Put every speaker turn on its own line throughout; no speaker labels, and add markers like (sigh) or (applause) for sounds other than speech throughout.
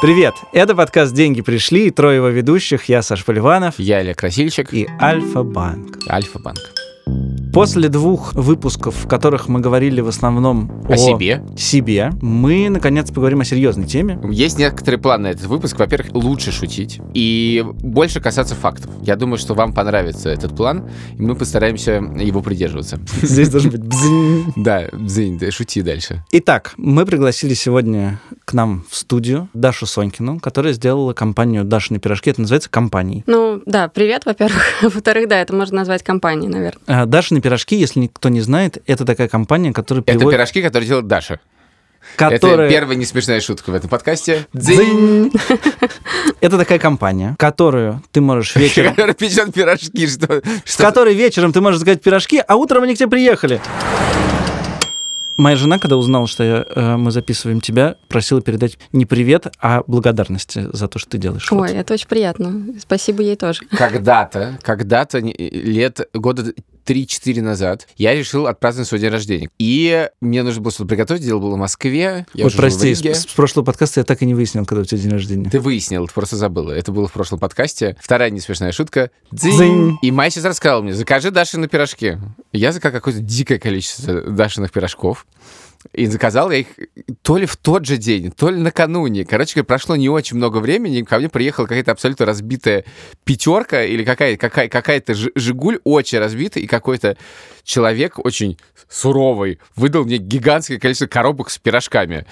Привет! Это подкаст «Деньги пришли» и трое его ведущих. Я Саш Поливанов
Я Илья Красильщик
и Альфа-Банк.
Альфа-банк.
После двух выпусков, в которых мы говорили в основном
О себе.
себе, мы, наконец, поговорим о серьезной теме.
Есть некоторые планы на этот выпуск. Во-первых, лучше шутить и больше касаться фактов. Я думаю, что вам понравится этот план, и мы постараемся его придерживаться.
Здесь должен быть бзинь.
Да, Дзинь, да, шути дальше.
Итак, мы пригласили сегодня к нам в студию Дашу Сонькину, которая сделала компанию «Дашины пирожки». Это называется компанией.
Ну, да, привет, во-первых. (laughs) Во-вторых, да, это можно назвать компанией, наверное.
А, Дашины пирожки, если никто не знает, это такая компания, которая
Это
приводит-
пирожки, которые делает Даша.
которая-
Это первая несмешная шутка в этом подкасте. Дзинь.
Дзинь. (laughs) Это такая компания, которую ты можешь
(laughs)
вечером...
Который печет пирожки, что...
С которой вечером ты можешь заказать пирожки, а утром они к тебе приехали. Моя жена, когда узнала, что я, э, мы записываем тебя, просила передать не привет, а благодарности за то, что ты делаешь.
Ой, это очень приятно. Спасибо ей тоже.
Когда-то, когда-то не- лет года 3-4 назад я решил отпраздновать свой день рождения. И мне нужно было что-то приготовить, дело было в Москве. Я
вот
уже жил в
прости, с,
Риге.
с прошлого подкаста я так и не выяснил, когда у тебя день рождения.
Ты выяснил, ты просто забыла. Это было в прошлом подкасте. Вторая несмешная шутка. Дзинь.
Дзинь.
И моя сестра сказала мне, закажи Дашины пирожки. Я заказал какое-то дикое количество Дашиных пирожков. И заказал я их то ли в тот же день, то ли накануне. Короче, говоря, прошло не очень много времени. Ко мне приехала какая-то абсолютно разбитая пятерка или какая- какая- какая-то жи- Жигуль очень разбитая. И какой-то человек очень суровый выдал мне гигантское количество коробок с пирожками.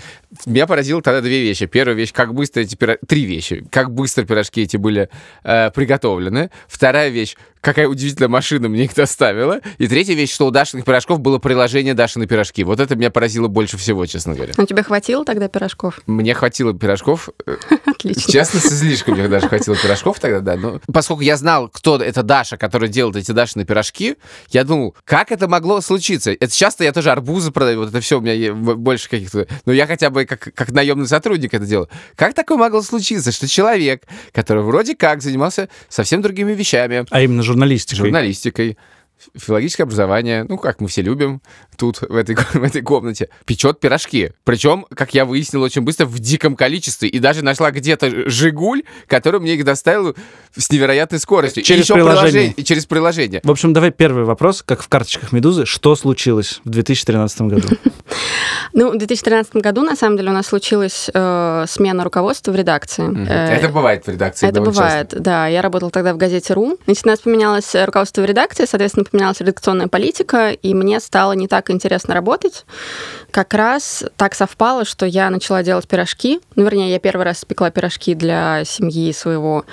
Меня поразило тогда две вещи. Первая вещь, как быстро эти пирожки... Три вещи. Как быстро пирожки эти были э, приготовлены. Вторая вещь, какая удивительная машина мне их доставила. И третья вещь, что у Дашиных пирожков было приложение Дашины пирожки. Вот это меня поразило больше всего, честно говоря.
А тебе хватило тогда пирожков? (laughs)
Мне хватило пирожков, э,
Отлично.
Честно, с излишком я даже хватило пирожков тогда, да. Но поскольку я знал, кто это Даша, которая делает эти Дашины пирожки, я думал, как это могло случиться? Это часто я тоже арбузы продаю, вот это все у меня е- б- больше каких-то... Но я хотя бы как, как наемный сотрудник это делал. Как такое могло случиться, что человек, который вроде как занимался совсем другими вещами,
А именно журналистикой.
журналистикой, ф- филологическое образование, ну, как мы все любим тут, в этой, ко- (laughs) в этой комнате, печет пирожки. Причем, как я выяснил очень быстро, в диком количестве. И даже нашла где-то «Жигуль», который мне их доставил с невероятной скоростью. И
Через
ещё
приложение.
и через приложение.
В общем, давай первый вопрос, как в карточках Медузы, что случилось в 2013 году?
Ну, в 2013 году, на самом деле, у нас случилась э, смена руководства в редакции.
Мгм.
Э,
это бывает в редакции.
это
довольно
бывает, да. Я работала тогда в газете «Ру». Значит, у нас поменялось э, руководство в редакции, соответственно, поменялась редакционная политика, и мне стало не так интересно работать. Как раз так совпало, что я начала делать пирожки. Ну, вернее, я первый раз спекла пирожки для семьи своего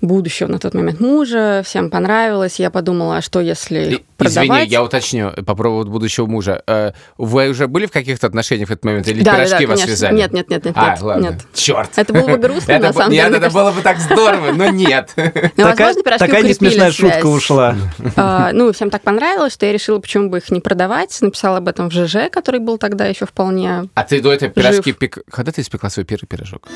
будущего на тот момент мужа. Всем понравилось. Я подумала, а что если
часто. И-
продавать?
Э, Извини, я уточню э, по поводу будущего мужа. Э, Вы уже были в каких-то отношениях в этот момент? Или
Да, да,
пирожки
да,
вас
конечно.
связали?
Нет, нет, нет, нет,
А,
нет,
ладно.
нет.
Черт.
Это было бы грустно, на самом деле,
Нет,
мне
это было бы так здорово, но нет.
Ну,
такая
возможно, пирожки
такая
укрепили
несмешная
связь.
шутка ушла.
А, Ну, всем так понравилось, что я решила, почему бы их не продавать. Написала об этом в ЖЖ, который был тогда еще вполне...
А ты до этого пирожки
Жив.
пек... Когда ты испекла свой первый пирожок?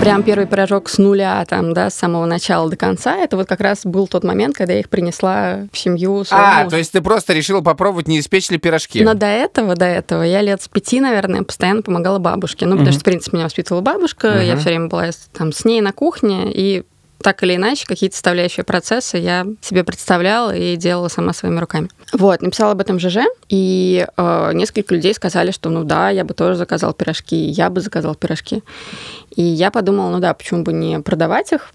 Прям первый пирожок с нуля, там, да, с самого начала до конца. Это вот как раз был тот момент, когда я их принесла в семью своему
А,
мужу.
то есть ты просто решила попробовать, не испечь ли пирожки?
Но до этого, до этого, я лет с пяти, наверное, постоянно помогала бабушке. Ну, потому что, в принципе, меня воспитывала бабушка, я все время была с- там с ней на кухне, и так или иначе, какие-то составляющие процессы я себе представляла и делала сама своими руками. Вот, написала об этом ЖЖ, и э, несколько людей сказали, что ну да, я бы тоже заказал пирожки, я бы заказал пирожки. И я подумала, ну да, почему бы не продавать их?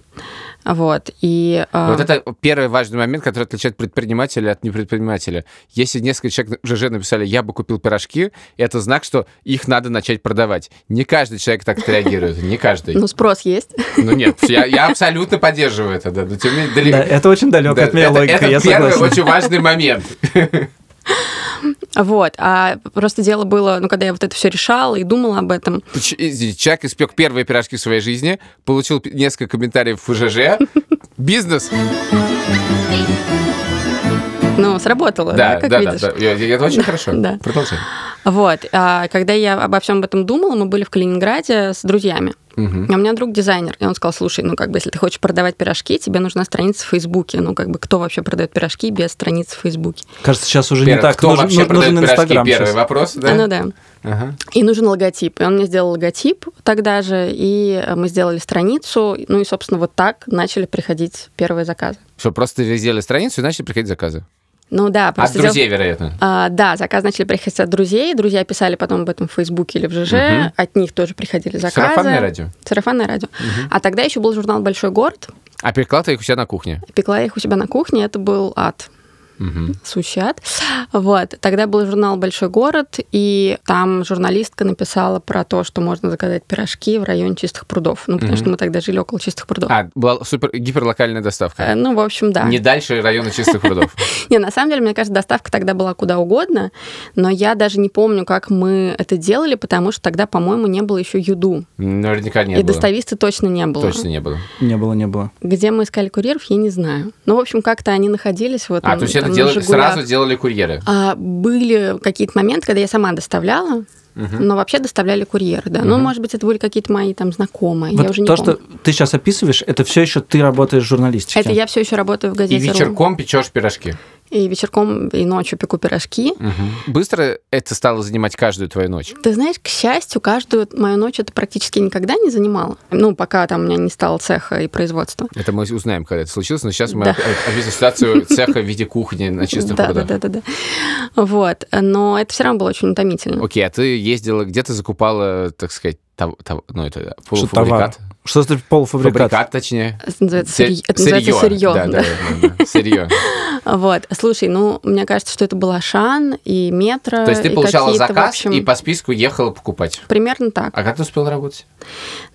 Вот, и... э,
Вот это первый важный момент, который отличает предпринимателя от непредпринимателя. Если несколько человек в ЖЖ написали «я бы купил пирожки», это знак, что их надо начать продавать. Не каждый человек так реагирует, не каждый.
ну, спрос есть.
Ну нет, я, я абсолютно поддерживаю это, да. Но тем не менее, далеко-
Да, это очень далеко
Да,
от меня
это-
логика,
это
я
первый
согласен.
очень важный момент.
Вот, а просто дело было, ну, когда я вот это все решала и думала об этом,
Поч- извините, Человек испек первые пирожки в своей жизни, получил пи- несколько комментариев в ЖЖ. Бизнес.
Ну, сработало, да,
Да,
как
да, да,
видишь.
да. Я- я- Это очень хорошо.
да.
Продолжай.
Вот, а, когда я обо всем этом думала, мы были в Калининграде с друзьями.
Мгм.
А у меня друг дизайнер, и он сказал, слушай, ну как бы, если ты хочешь продавать пирожки, тебе нужна страница в Фейсбуке. Ну как бы, кто вообще продает пирожки без страницы в Фейсбуке?
Кажется, сейчас уже не
Первый,
так.
кто
Нужен,
вообще
нужен
продает пирожки?
Инстаграм
Первый
сейчас.
вопрос, да?
А, Ну да.
Ага.
И нужен логотип. И он мне сделал логотип тогда же, и мы сделали страницу. Ну и, собственно, вот так начали приходить первые заказы.
Что, просто сделали страницу и начали приходить заказы?
Ну да,
От
просто дело-
друзей, вероятно.
А, да, заказ начали приходить от друзей. Друзья писали потом об этом в Фейсбуке или в ЖЖ.
Мгм.
От них тоже приходили заказы.
Сарафанное радио.
Сарафанное радио. А тогда еще был журнал «Большой город».
А перекладывай их у себя на кухне.
Пекла я их у себя на кухне. Это был ад.
Мгм.
Сущий ад. Вот. Тогда был журнал «Большой город», и там журналистка написала про то, что можно заказать пирожки в районе чистых прудов. Ну, потому что мы тогда жили около чистых прудов.
А, была супер гиперлокальная
Э,
доставка.
Ну, в общем, да.
Не дальше района чистых прудов.
Не, на самом деле, мне кажется, доставка тогда была куда угодно, но я даже не помню, как мы это делали, потому что тогда, по-моему, не было еще юду.
Наверняка не
и
было.
достависты точно не было.
Точно не было.
Не было, не было.
Где мы искали курьеров, я не знаю. Ну, в общем, как-то они находились вот
А,
на-
то есть это
там на
делали,
«Жигулях».
сразу делали курьеры.
А, были какие-то моменты, когда я сама доставляла, но вообще доставляли курьеры, да. Ну, может быть, это были какие-то мои там знакомые, я
Вот
уже не
то,
помню.
что ты сейчас описываешь, это все еще ты работаешь в журналистике.
Это я все еще работаю в
И
газете «Ру».
вечерком печешь пирожки.
И вечерком, и ночью пеку пирожки.
Быстро это стало занимать каждую твою ночь.
Ты знаешь, к счастью, каждую мою ночь это практически никогда не занимало. Ну, пока там у меня не стало цеха и производства.
Это мы узнаем, когда это случилось, но сейчас мы
Да.
опи- описываем ситуацию цеха в виде кухни на чистых
да, да,
прудах.
да, да, да. Вот. Но это все равно было очень утомительно.
Окей, а ты ездила, где ты закупала, так сказать, тов- тов- ну это
Что товар?
полуфабрикат?
Что это полуфабрикат?
Фабрикат, точнее.
Это называется
Се-
сырье. Это называется сырье.
Да, да, да, да,
(laughs)
сырье.
Вот. Слушай, ну, мне кажется, что это был Ашан и Метро.
То есть ты
и
получала
какие-то, в
заказ
общем,
и по списку ехала покупать.
Примерно так.
А как ты успела работать?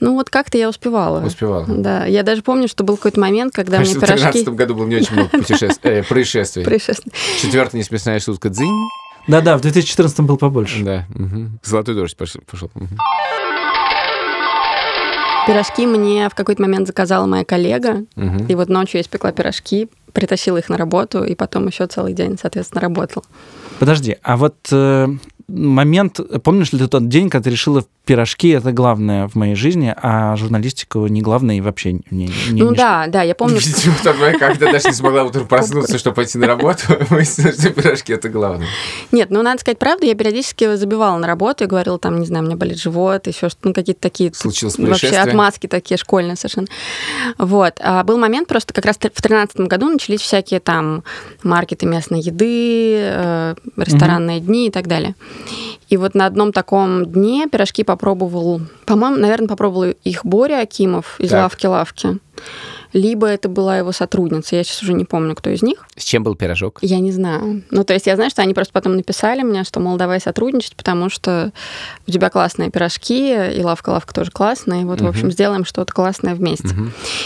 Ну, вот как-то я успевала.
Успевала.
Да. Я даже помню, что был какой-то момент, когда
Кажется,
мне
в
пирожки...
2013
(laughs)
году было не очень много путешеств- э, происшествий.
Происшествие.
Четвертая несмешная шутка. Дзынь.
Да-да, в 2014 был побольше.
Да. мгм. Золотой дождь пошел. пошел. Мгм.
Пирожки мне в какой-то момент заказала моя коллега.
Мгм.
И вот ночью я испекла пирожки, притащила их на работу, и потом еще целый день, соответственно, работала.
Подожди, а вот э, момент, помнишь ли ты тот день, когда ты решила пирожки это главное в моей жизни, а журналистику не главное и вообще не... не- не-
ну
не-
да, да, я
(laughs)
помню, что-
Видимо, такое, когда даже не смогла утром проснуться, чтобы пойти на работу, (laughs) выяснилось, что пирожки — это главное.
Нет, ну надо сказать правду, я периодически забивала на работу и говорила, там, не знаю, у меня болит живот, еще что ну какие-то такие...
Случилось
Вообще
происшествие.
отмазки такие школьные совершенно. Вот. А был момент просто, как раз в 2013 году начались всякие там маркеты местной еды, э, ресторанные дни и так далее. И вот на одном таком дне пирожки попробовал, по-моему, наверное, попробовал их Боря Акимов из
Так.
лавки-лавки. Либо это была его сотрудница, я сейчас уже не помню, кто из них.
С чем был пирожок?
Я не знаю. Ну, то есть я знаю, что они просто потом написали мне, что, мол, давай сотрудничать, потому что у тебя классные пирожки, и лавка-лавка тоже классная, и вот, в общем, сделаем что-то классное вместе.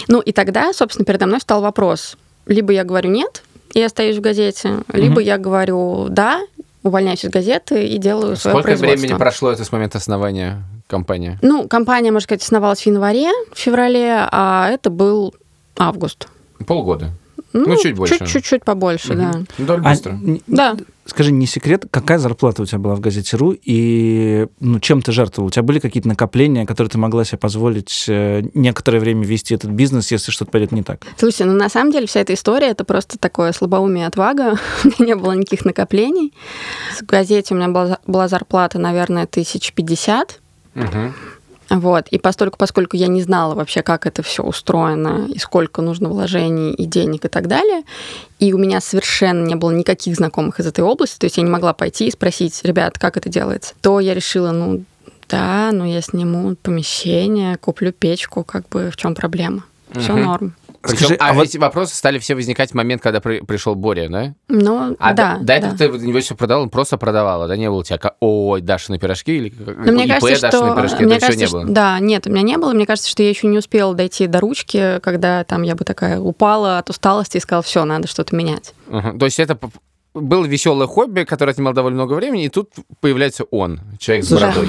Ну, и тогда, собственно, передо мной встал вопрос. Либо я говорю «нет», и остаюсь в газете, либо я говорю «да», увольняюсь из газеты и делаю свое
Сколько
производство.
времени прошло это с момента основания компании?
Ну, компания, можно сказать, основалась в январе, в феврале, а это был август.
Полгода. Ну, чуть больше.
Чуть-чуть побольше, да.
Ну, довольно
А,
быстро.
н-
Да.
Скажи, не секрет, какая зарплата у тебя была в газете РУ и ну, чем ты жертвовал? У тебя были какие-то накопления, которые ты могла себе позволить э, некоторое время вести этот бизнес, если что-то пойдет не так?
Слушайте, ну на самом деле вся эта история это просто такое слабоумие и отвага. (laughs) У меня не было никаких накоплений. В газете у меня была, за- была зарплата, наверное, тысяч пятьдесят.
Мгм.
Вот. И постольку, поскольку я не знала вообще, как это все устроено, и сколько нужно вложений и денег и так далее, и у меня совершенно не было никаких знакомых из этой области, то есть я не могла пойти и спросить, ребят, как это делается, то я решила, ну да, ну я сниму помещение, куплю печку, как бы в чем проблема? Все
Мгм.
норм.
Причем,
Скажи,
а
а вот-
эти вопросы стали все возникать в момент, когда при- пришел Боря, да?
Ну,
А
да.
до, до этого
да.
ты вот у него все продавал, он просто продавала, да? Не было у тебя, ка- ой, Дашины пирожки или как-
Но Ну, мне
ИП
кажется,
Дашины
что...
пирожки,
мне
это все
кажется,
не
что-
было.
Да, нет, у меня не было. Мне кажется, что я еще не успела дойти до ручки, когда там я бы такая упала от усталости и сказала, все, надо что-то менять.
Мгм. То есть это п- было веселое хобби, которое отнимало довольно много времени, и тут появляется
а
он, человек с
Да.
бородой.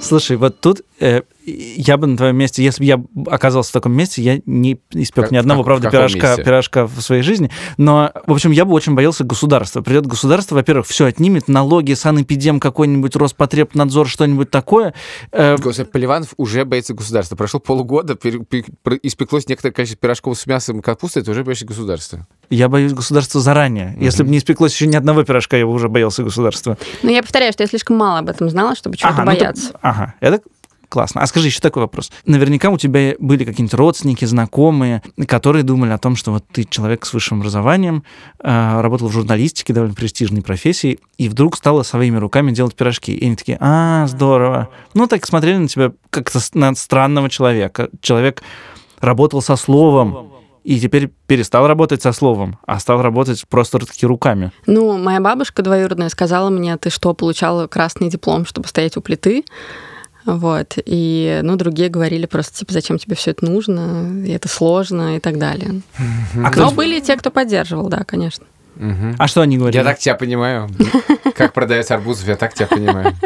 С Слушай, вот тут э, я бы на твоем месте, если бы я оказался в таком месте, я не испек
Как-
ни одного,
как-
правда,
в каком
пирожка,
месте?
пирожка в своей жизни. Но, в общем, я бы очень боялся государства. Придет государство, во-первых, все отнимет, налоги, санэпидем какой-нибудь, Роспотребнадзор, что-нибудь такое. Э,
Господи, Поливанов уже боится государства. Прошло полгода, пер- пер- пер- испеклось некоторое количество пирожков с мясом и капустой, это уже боишься государства.
я боюсь государства заранее. Если бы не испеклось еще ни одного пирожка, я бы уже боялся государства.
Но я повторяю, что я слишком мало об этом знала, чтобы чего-то
Ага, ну ты-
бояться.
ага, это классно. А скажи еще такой вопрос. Наверняка у тебя были какие-нибудь родственники, знакомые, которые думали о том, что вот ты человек с высшим образованием, э, работал в журналистике, довольно престижной профессии, и вдруг стала своими руками делать пирожки. И они такие, а, здорово. Ну, так смотрели на тебя как-то с- на странного человека. Человек работал со словом, и теперь перестал работать со словом, а стал работать просто таки руками.
Ну, моя бабушка двоюродная сказала мне, ты что, получала красный диплом, чтобы стоять у плиты? Вот. И, ну, другие говорили просто, типа, зачем тебе все это нужно, и это сложно и так далее.
А, кто-
Но были те, кто поддерживал, да, конечно.
а что они говорили?
Я так
(laughs)
тебя понимаю. Как продавец арбузов, я так тебя понимаю.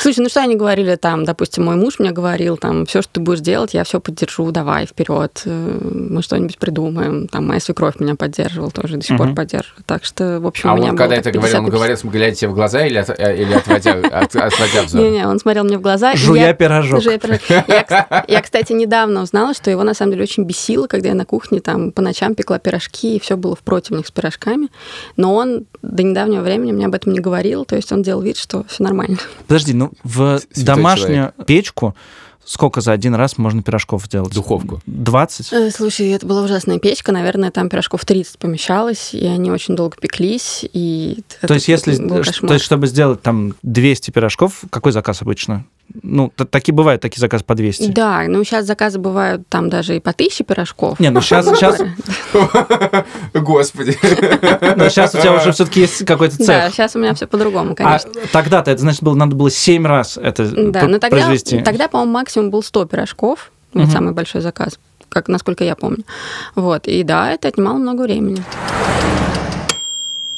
Слушай, ну что они говорили там, допустим, мой муж мне говорил, там, все, что ты будешь делать, я все поддержу, давай, вперед, э, мы что-нибудь придумаем. Там моя свекровь меня поддерживала тоже, до сих пор
Мгм.
поддерживает. Так что, в общем,
А
у меня
он, когда
было
это
так
говорил, он
50 на
говорил, глядя тебе в глаза или, от- э, или отводя, от- отводя
50.
взор?
Не-не, он смотрел мне в глаза. и
Жуя
я-
пирожок.
Жуя пирожок. Я, кс- я, кстати, недавно узнала, что его на самом деле очень бесило, когда я на кухне там по ночам пекла пирожки, и все было в противнях с пирожками. Но он до недавнего времени мне об этом не говорил, то есть он делал вид, что все нормально.
Подожди, ну в
Святой
домашнюю печку сколько за один раз можно пирожков сделать?
Духовку.
20?
Э, Слушай, это была ужасная печка, наверное, там пирожков 30 помещалось, и они очень долго пеклись, и
То есть, если,
был
ш-
кошмар.
то есть, чтобы сделать там 200 пирожков, какой заказ обычно? Ну, т- такие бывают, такие заказы по 200.
Да, ну сейчас заказы бывают там даже и по 1000 пирожков.
Не, ну
(laughs)
сейчас, сейчас,
(laughs) Господи.
(laughs) сейчас у тебя
(laughs)
уже все-таки есть какой-то цех.
Да, сейчас у меня все по-другому,
а
конечно.
тогда-то это значит было надо было 7 раз это
да,
п-
но тогда,
произвести.
тогда, по-моему, максимум был 100 пирожков, вот
Мгм.
самый большой заказ, как, насколько я помню. Вот, и да, это отнимало много времени.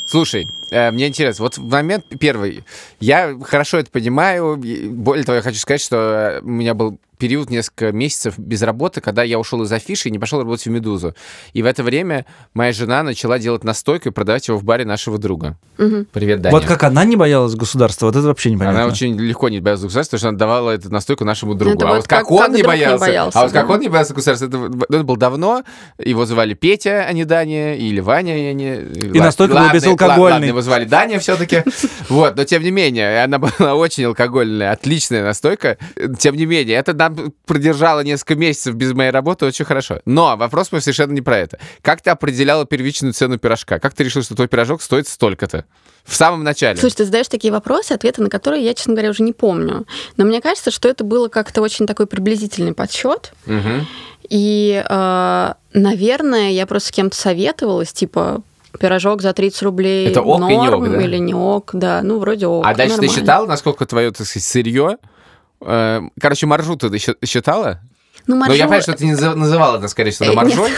Слушай, э, мне интересно, вот в момент первый, я хорошо это понимаю, и более того, я хочу сказать, что э, у меня был период несколько месяцев без работы, когда я ушел из афиши и не пошел работать в «Медузу». И в это время моя жена начала делать настойку и продавать его в баре нашего друга.
Мгм.
Привет, Даня.
вот как она не боялась государства, вот это вообще непонятно.
Она очень легко не боялась государства, потому что она давала эту настойку нашему другу.
Ну, Это
а
вот
вот как,
как-
он
как
не
друг не
боялся,
боялся,
а вот как
да.
он не боялся государства, это, в- это было давно. Его звали Петя, а не Даня, или Ваня, я не... И
настойка была безалкогольной.
Ладно, его звали Даня все-таки. Вот, но тем не менее, она была (laughs) очень алкогольная, отличная настойка. Тем не менее, это нам продержало несколько месяцев без моей работы очень хорошо. Но вопрос мой совершенно не про это. Как ты определяла первичную цену пирожка? Как ты решил, что твой пирожок стоит столько-то? В самом начале.
Слушай, ты задаешь такие вопросы, ответы на которые я, честно говоря, уже не помню. Но мне кажется, что это было как-то очень такой приблизительный подсчет.
Мгм.
И, э, наверное, я просто с кем-то советовалась, типа пирожок за 30 рублей
Это ок и не
норм
ок, да?
или не ок, да, ну вроде ок.
А дальше ты
нормально.
считал, насколько твое, так сказать, сырье? э, Короче, маржу ты щи- считала?
Ну,
Но я
маржу-
понимаю, что ты не за- называла это, скорее всего,
Э,
маржой,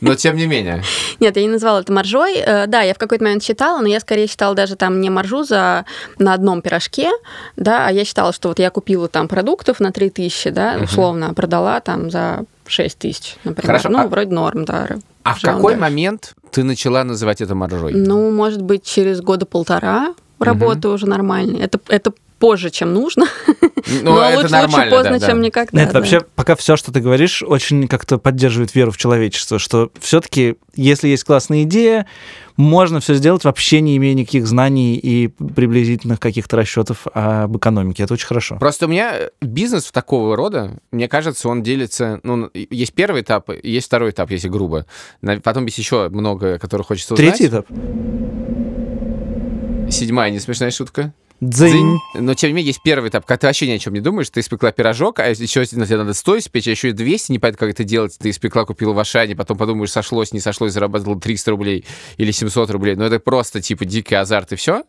но тем не менее.
Нет, я не назвала это маржой. Э, Да, я в какой-то момент считала, но я скорее считала даже там не маржу за на одном пирожке, да, а я считала, что вот я купила там продуктов на 3000, да, условно, а продала там за 6 тысяч, например.
Хорошо,
ну,
а-
вроде норм, да.
А в
ржём
какой
дальше.
момент ты начала называть это маржой?
Ну, может быть, через года полтора работаю уже нормально. Это, это позже, чем нужно.
Ну,
Но
это
а лучше, лучше
нормально,
поздно,
да, да.
чем никогда.
Нет,
да.
вообще, пока все, что ты говоришь, очень как-то поддерживает веру в человечество, что все-таки, если есть классная идея, можно все сделать, вообще не имея никаких знаний и приблизительных каких-то расчетов об экономике. Это очень хорошо.
Просто у меня э, бизнес такого рода, мне кажется, он делится... Ну, есть первый этап, есть второй этап, если грубо. На- Потом есть еще много, которые хочется узнать.
Третий этап.
Седьмая несмешная шутка.
Дзынь.
Но тем не менее, есть первый этап, когда ты вообще ни о чем не думаешь, ты испекла пирожок, а еще тебе надо 100 испечь, а еще и 200, не понятно, как это делать. Ты испекла, купила в Ашане, потом подумаешь, сошлось, не сошлось, заработала 300 рублей или 700 рублей. Но это просто, типа, дикий азарт и все.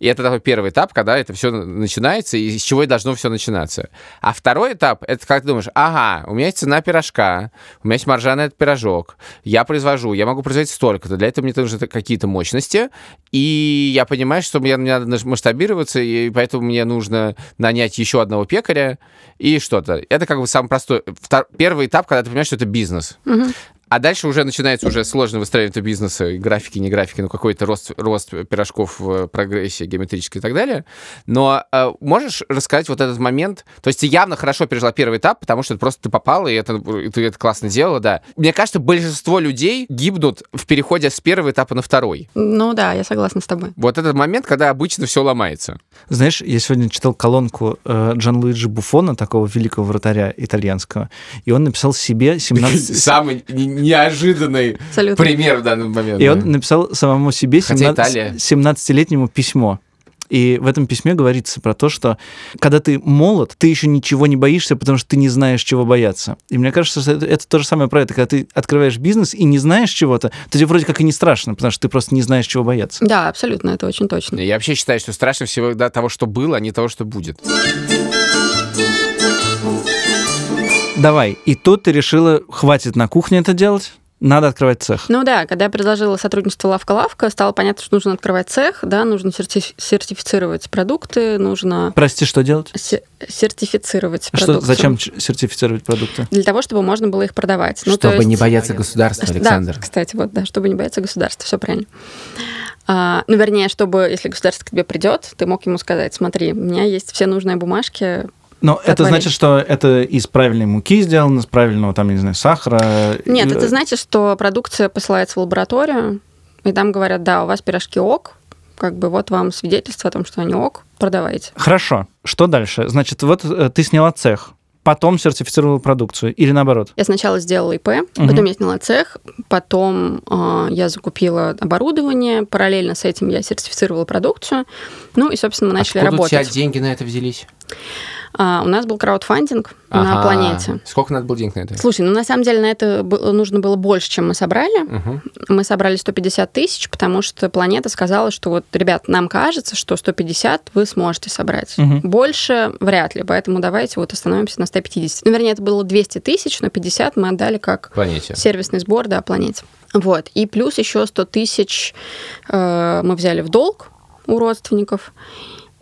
И это такой первый этап, когда это все начинается, и с чего и должно все начинаться. А второй этап, это как ты думаешь, ага, у меня есть цена пирожка, у меня есть маржа на этот пирожок, я произвожу, я могу производить столько-то, для этого мне нужны какие-то мощности, и я понимаю, что мне мне надо наш- масштабироваться, воспользоваться, и поэтому мне нужно нанять еще одного пекаря и что-то. Это как бы самый простой, втор- первый этап, когда ты понимаешь, что это бизнес.
Мгм.
А дальше уже начинается уже сложное выстраивание этого бизнеса, и графики, не графики, ну какой-то рост, рост пирожков в э, прогрессии геометрической и так далее. Но э, можешь рассказать вот этот момент? То есть ты явно хорошо пережила первый этап, потому что это просто ты попала, и это, и ты это классно делала, да. Мне кажется, большинство людей гибнут в переходе с первого этапа на второй.
Ну да, я согласна с тобой.
Вот этот момент, когда обычно
(laughs)
все ломается.
Знаешь, я сегодня читал колонку э, Джан-Луиджи Буфона, такого великого вратаря итальянского, и он написал
(laughs)
себе 17...
Самый не- неожиданный
Абсолютно.
пример в данный момент.
И (laughs)
да.
он написал самому себе
Хотя
17
Италия.
17-летнему письмо. И в этом письме говорится про то, что когда ты молод, ты еще ничего не боишься, потому что ты не знаешь, чего бояться. И мне кажется, что это, это то же самое про это. Когда ты открываешь бизнес и не знаешь чего-то, то тебе вроде как и не страшно, потому что ты просто не знаешь, чего бояться.
Да, абсолютно, это очень точно.
Я вообще считаю, что страшно всего да, того, что было, а не того, что будет.
Давай. И тут ты решила, хватит на кухне это делать, надо открывать цех.
Ну да, когда я предложила сотрудничество лавка-лавка, стало понятно, что нужно открывать цех, да, нужно серти- сертифицировать продукты, нужно
Прости, что делать?
се- сертифицировать
А Что,
продукцию.
зачем ч- сертифицировать продукты?
Для того, чтобы можно было их продавать. Ну, то
Чтобы не
есть-
бояться государства, Александр.
Да, кстати, вот, да, чтобы не бояться государства, все правильно. А, ну, вернее, чтобы, если государство к тебе придет, ты мог ему сказать, смотри, у меня есть все нужные бумажки.
Но это
Отвалить.
значит, что это из правильной муки сделано, из правильного, там, я не знаю, сахара.
Нет,
И-
это значит, что продукция посылается в лабораторию, и там говорят, да, у вас пирожки ок, как бы вот вам свидетельство о том, что они ок, продавайте.
Хорошо. Что дальше? Значит, вот э, ты сняла цех, потом сертифицировала продукцию, или наоборот?
Я сначала сделала ИП,
Мгм.
потом я сняла цех, потом э, я закупила оборудование, параллельно с этим я сертифицировала продукцию, ну и, собственно, мы начали
А Откуда у тебя
работать.
деньги на это взялись?
А, у нас был краудфандинг на
Ага.
планете.
Сколько надо было денег на это?
Слушай, ну на самом деле на это бы- нужно было больше, чем мы собрали.
Мгм.
Мы собрали 150 тысяч, потому что планета сказала, что вот, ребят, нам кажется, что 150 вы сможете собрать.
Мгм.
Больше вряд ли, поэтому давайте вот остановимся на 150. Ну, вернее, это было 200 тысяч, но 50 мы отдали как
Планете.
сервисный сбор, да, планете. Вот. И плюс еще 100 тысяч э, мы взяли в долг у родственников.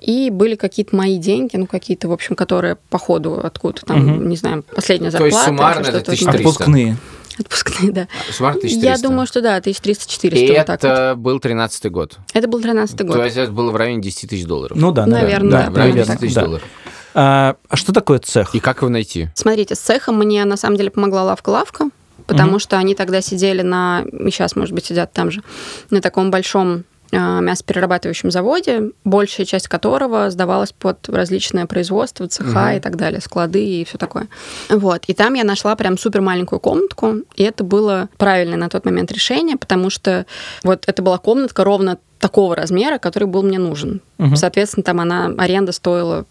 И были какие-то мои деньги, ну, какие-то, в общем, которые по ходу откуда там,
Мгм.
не знаю, последняя
То есть
зарплата.
суммарно
или
это
что-то в этом
1300.
Отпускные.
Отпускные, да.
Суммарно 1300.
Я думаю, что да, 1300-400.
И
вот так вот.
это был 13-й год.
Это был 13 год.
То есть это было в районе 10 тысяч долларов.
Ну да, наверное.
Наверное,
да,
в районе
примерно
10 тысяч
да.
долларов.
А, а что такое цех?
И как его найти?
Смотрите, с цехом мне на самом деле помогла лавка-лавка, потому
Мгм.
что они тогда сидели на, и сейчас, может быть, сидят там же, на таком большом э, мясоперерабатывающем заводе, большая часть которого сдавалась под различное производство, цеха и так далее, склады и все такое. Вот. И там я нашла прям супер маленькую комнатку, и это было правильное на тот момент решение, потому что вот это была комнатка ровно такого размера, который был мне нужен.
Мгм.
Соответственно, там она, аренда стоила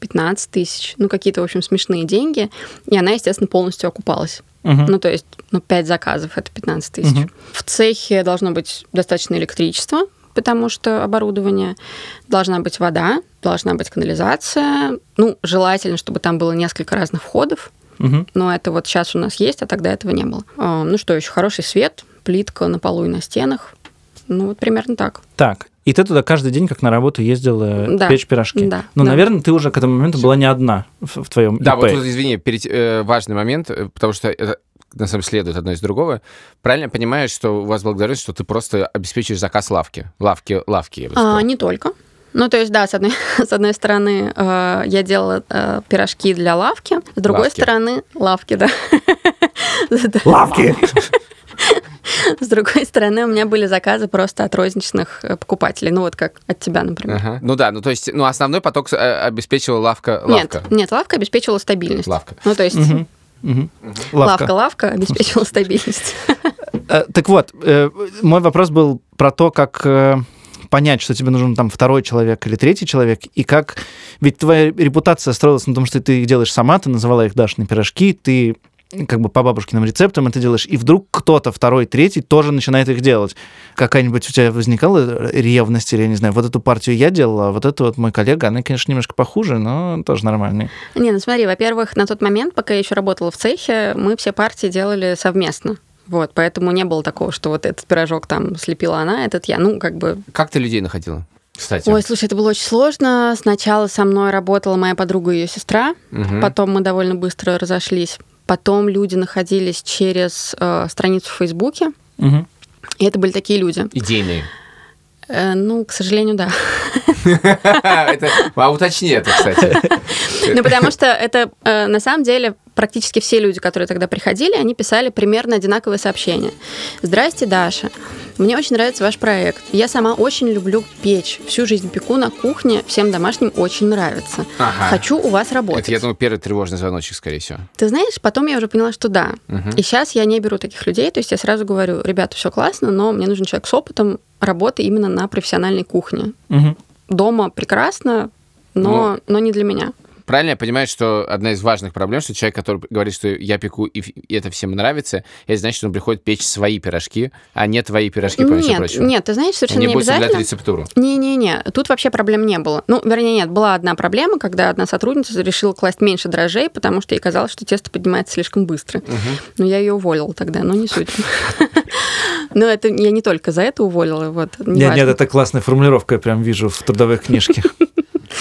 15 тысяч, ну, какие-то, в общем, смешные деньги. И она, естественно, полностью окупалась.
Мгм.
Ну, то есть, ну, 5 заказов — это 15 тысяч.
Мгм.
В цехе должно быть достаточно электричества, потому что оборудование. Должна быть вода, должна быть канализация. Ну, желательно, чтобы там было несколько разных входов.
Мгм.
Но это вот сейчас у нас есть, а тогда этого не было. А, Ну что еще? Хороший свет, плитка на полу и на стенах. Ну, вот примерно так.
Так. И ты туда каждый день, как на работу, ездила
Да.
печь пирожки.
Да,
Ну,
да.
наверное, ты уже к этому моменту была не одна в, в твоем
Да,
ИП.
вот тут, извини, перед- э, важный момент, э, потому что это на самом деле следует одно из другого. Правильно понимаешь, что у вас благодарность, что ты просто обеспечиваешь заказ лавки. Лавки, лавки, я бы
А,
сказал.
не только. Ну, то есть, да, с одной, (laughs) с одной стороны, э, я делала э, пирожки для лавки, с другой
Лавки.
стороны, лавки, да. (laughs) Да.
Лавки!
(laughs)
С другой стороны, у меня были заказы просто от розничных э, покупателей. Ну, вот как от тебя, например.
Ага. Ну да, ну то есть, ну основной поток э, обеспечивала лавка, лавка.
Нет, нет, лавка обеспечивала стабильность.
Лавка.
Ну, то есть,
Мгм. Мгм. Лавка.
лавка-лавка обеспечивала стабильность. (laughs)
Э, Так вот, э, мой вопрос был про то, как э, понять, что тебе нужен там второй человек или третий человек, и как... Ведь твоя репутация строилась на том, что ты их делаешь сама, ты называла их Дашины пирожки, ты как бы по бабушкиным рецептам это делаешь, и вдруг кто-то второй, третий тоже начинает их делать. Какая-нибудь у тебя возникала ревность или, я не знаю, вот эту партию я делала, а вот эту вот мой коллега, она, конечно, немножко похуже, но тоже нормальная.
Не, ну смотри, во-первых, на тот момент, пока я еще работала в цехе, мы все партии делали совместно. Вот, поэтому не было такого, что вот этот пирожок там слепила она, этот я. Ну, как бы
Как ты людей находила? Кстати.
Ой, слушай, это было очень сложно. Сначала со мной работала моя подруга и ее сестра.
Мгм.
Потом мы довольно быстро разошлись. Потом люди находились через э, страницу в Фейсбуке.
Мгм.
И это были такие люди.
Идейные.
Э, ну, к сожалению, да.
(laughs) Это- А уточни это, кстати.
(laughs) Ну, потому что это э, на самом деле практически все люди, которые тогда приходили, они писали примерно одинаковые сообщения. Здрасте, Даша. Мне очень нравится ваш проект. Я сама очень люблю печь. Всю жизнь пеку на кухне. Всем домашним очень нравится.
Ага.
Хочу у вас работать.
Это, я думаю, первый тревожный звоночек, скорее всего.
Ты знаешь, потом я уже поняла, что да. И сейчас я не беру таких людей, то есть я сразу говорю, ребята, все классно, но мне нужен человек с опытом работы именно на профессиональной кухне.
Мгм.
Дома прекрасно, но,
Ну,
но не для меня.
Правильно я понимаю, что одна из важных проблем, что человек, который говорит, что я пеку, и ф- и это всем нравится, это значит, что он приходит печь свои пирожки, а не твои пирожки, помимо всего
нет,
прочего.
нет, ты знаешь, совершенно
не
не,
будешь соблюдать
обязательно.
рецептуру.
Не-не-не, тут вообще проблем не было. Ну, вернее, нет, была одна проблема, когда одна сотрудница решила класть меньше дрожжей, потому что ей казалось, что тесто поднимается слишком быстро. Но я ее уволила тогда, но
(laughs)
не суть. Но это я не только за это уволила, вот.
Нет,
неважно.
нет, это классная формулировка, я прям вижу в трудовой книжке. (laughs)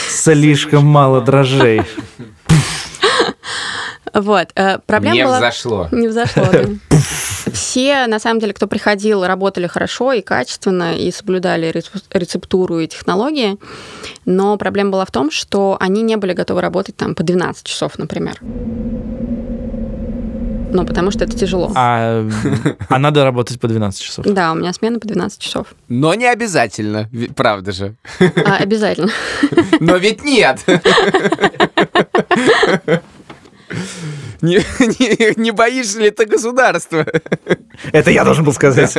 Слишком мало дрожжей.
Вот. э, Проблема
не
была...
взошло.
Не взошло, да. Все, на самом деле, кто приходил, работали хорошо и качественно, и соблюдали рецеп- рецептуру и технологии. Но проблема была в том, что они не были готовы работать там по 12 часов, например. Ну, потому что это тяжело.
А, а надо работать по 12 часов.
Да, у меня смена по 12 часов.
Но не обязательно, ви- правда же.
А, обязательно.
Но ведь нет. Не, не- не боишься ли ты государства?
Это я должен был сказать.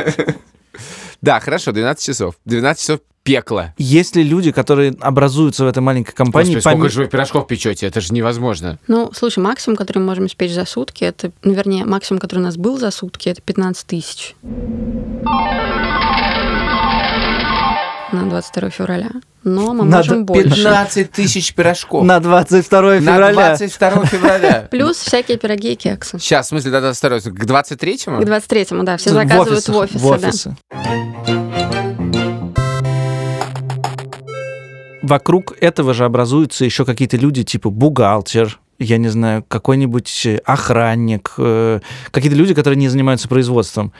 Да, хорошо, 12 часов. 12 часов пекла.
Есть ли люди, которые образуются в этой маленькой компании?
Господи, сколько
помимо-
же вы пирожков печете? Это же невозможно.
Ну, слушай, максимум, который мы можем испечь за сутки, это, ну, вернее, максимум, который у нас был за сутки, это 15 тысяч. На 22 февраля. Но мы
Надо
можем больше.
тысяч пирожков.
На 22
На
февраля.
22 февраля.
Плюс всякие пироги и кексы.
Сейчас, в смысле, да, осторожно, к 23-му?
К 23-му, да,
Э,
все заказывают в офисы,
офисах,
да.
Вокруг этого же образуются еще какие-то люди, типа бухгалтер, я не знаю, какой-нибудь э, охранник, э, какие-то люди, которые не занимаются производством.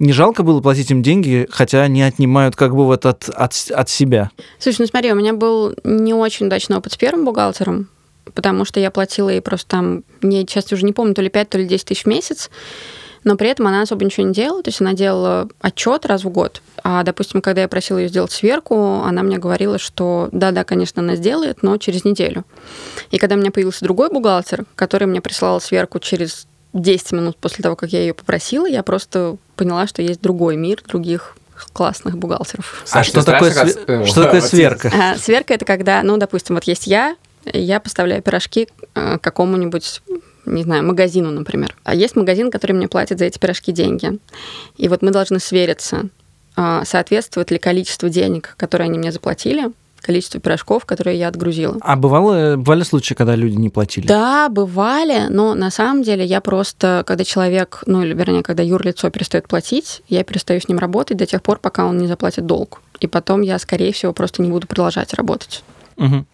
Не жалко было платить им деньги, хотя они отнимают как бы вот от, от, от себя.
Слушай, ну смотри, у меня был не очень удачный опыт с первым бухгалтером, потому что я платила ей просто там, не, сейчас уже не помню, то ли 5, то ли 10 тысяч в месяц, но при этом она особо ничего не делала, то есть она делала отчет раз в год. А, допустим, когда я просила ее сделать сверку, она мне говорила, что да-да, конечно, она сделает, но через неделю. И когда у меня появился другой бухгалтер, который мне прислал сверку через 10 минут после того, как я ее попросила, я просто поняла, что есть другой мир, других классных бухгалтеров.
а
Саш,
что
ты страшно
такое, све-
как- э,
что такое сверка?
А, сверка это когда, ну, допустим, вот есть я, я поставляю пирожки э, какому-нибудь не знаю, магазину, например. А есть магазин, который мне платит за эти пирожки деньги. И вот мы должны свериться, а, соответствует ли количество денег, которые они мне заплатили, количество пирожков, которые я отгрузила.
А бывало, бывали случаи, когда люди не платили?
Да, бывали, но на самом деле я просто, когда человек, ну или вернее, когда юрлицо перестает платить, я перестаю с ним работать до тех пор, пока он не заплатит долг. И потом я, скорее всего, просто не буду продолжать работать.
Мгм.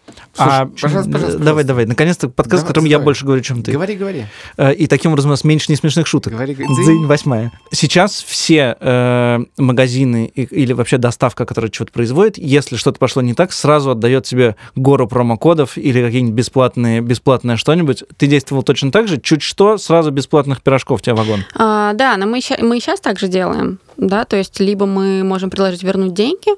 А,
Слушай, пожалуйста, пожалуйста, пожалуйста.
Давай, давай. Наконец-то подкаст, в
Давай,
котором я
давай.
больше говорю, чем ты.
Говори, говори.
Э, И таким образом у нас меньше несмешных шуток.
Говори, говори.
Дзынь, восьмая. Сейчас все э, магазины и- или вообще доставка, которая что-то производит, если что-то пошло не так, сразу отдает тебе гору промокодов или какие-нибудь бесплатные, бесплатное что-нибудь. Ты действовал точно так же, чуть что, сразу бесплатных пирожков тебе вагон.
А, да, но мы, ща- мы и сейчас так же делаем, да, то есть либо мы можем предложить вернуть деньги,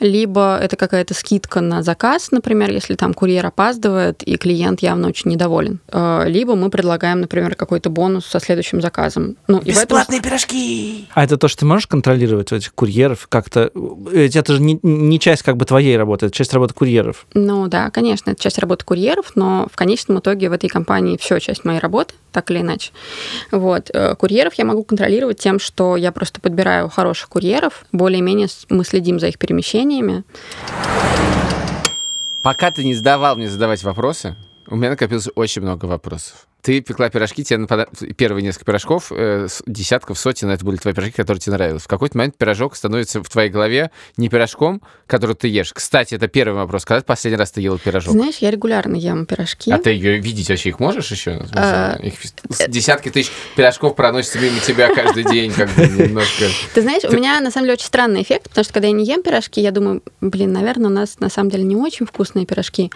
либо это какая-то скидка на заказ, например, если там курьер опаздывает и клиент явно очень недоволен, А, либо мы предлагаем, например, какой-то бонус со следующим заказом. Ну, и в этом-
пирожки!
А это то, что ты можешь контролировать у этих курьеров как-то? Ведь это же не, не часть как бы твоей работы, это часть работы курьеров.
Ну да, конечно, это часть работы курьеров, но в конечном итоге в этой компании все часть моей работы, так или иначе. Вот. э, Курьеров я могу контролировать тем, что я просто подбираю хороших курьеров, более-менее с- мы следим за их перемещениями.
Пока ты не задавал мне задавать вопросы, у меня накопилось очень много вопросов. Ты пекла пирожки, тебе напада- первые несколько пирожков, э, с- десятков, сотен, это были твои пирожки, которые тебе нравились. В какой-то момент пирожок становится в твоей голове не пирожком, который ты ешь. Кстати, это первый вопрос. Когда ты последний раз ты ела пирожок?
Знаешь, я регулярно ем пирожки.
А ты ее видеть вообще их можешь еще? В смысле,
А,
их с- десятки тысяч пирожков проносятся мимо тебя каждый день, как бы немножко.
Ты знаешь, у меня на самом деле очень странный эффект, потому что когда я не ем пирожки, я думаю, блин, наверное, у нас на самом деле не очень вкусные пирожки.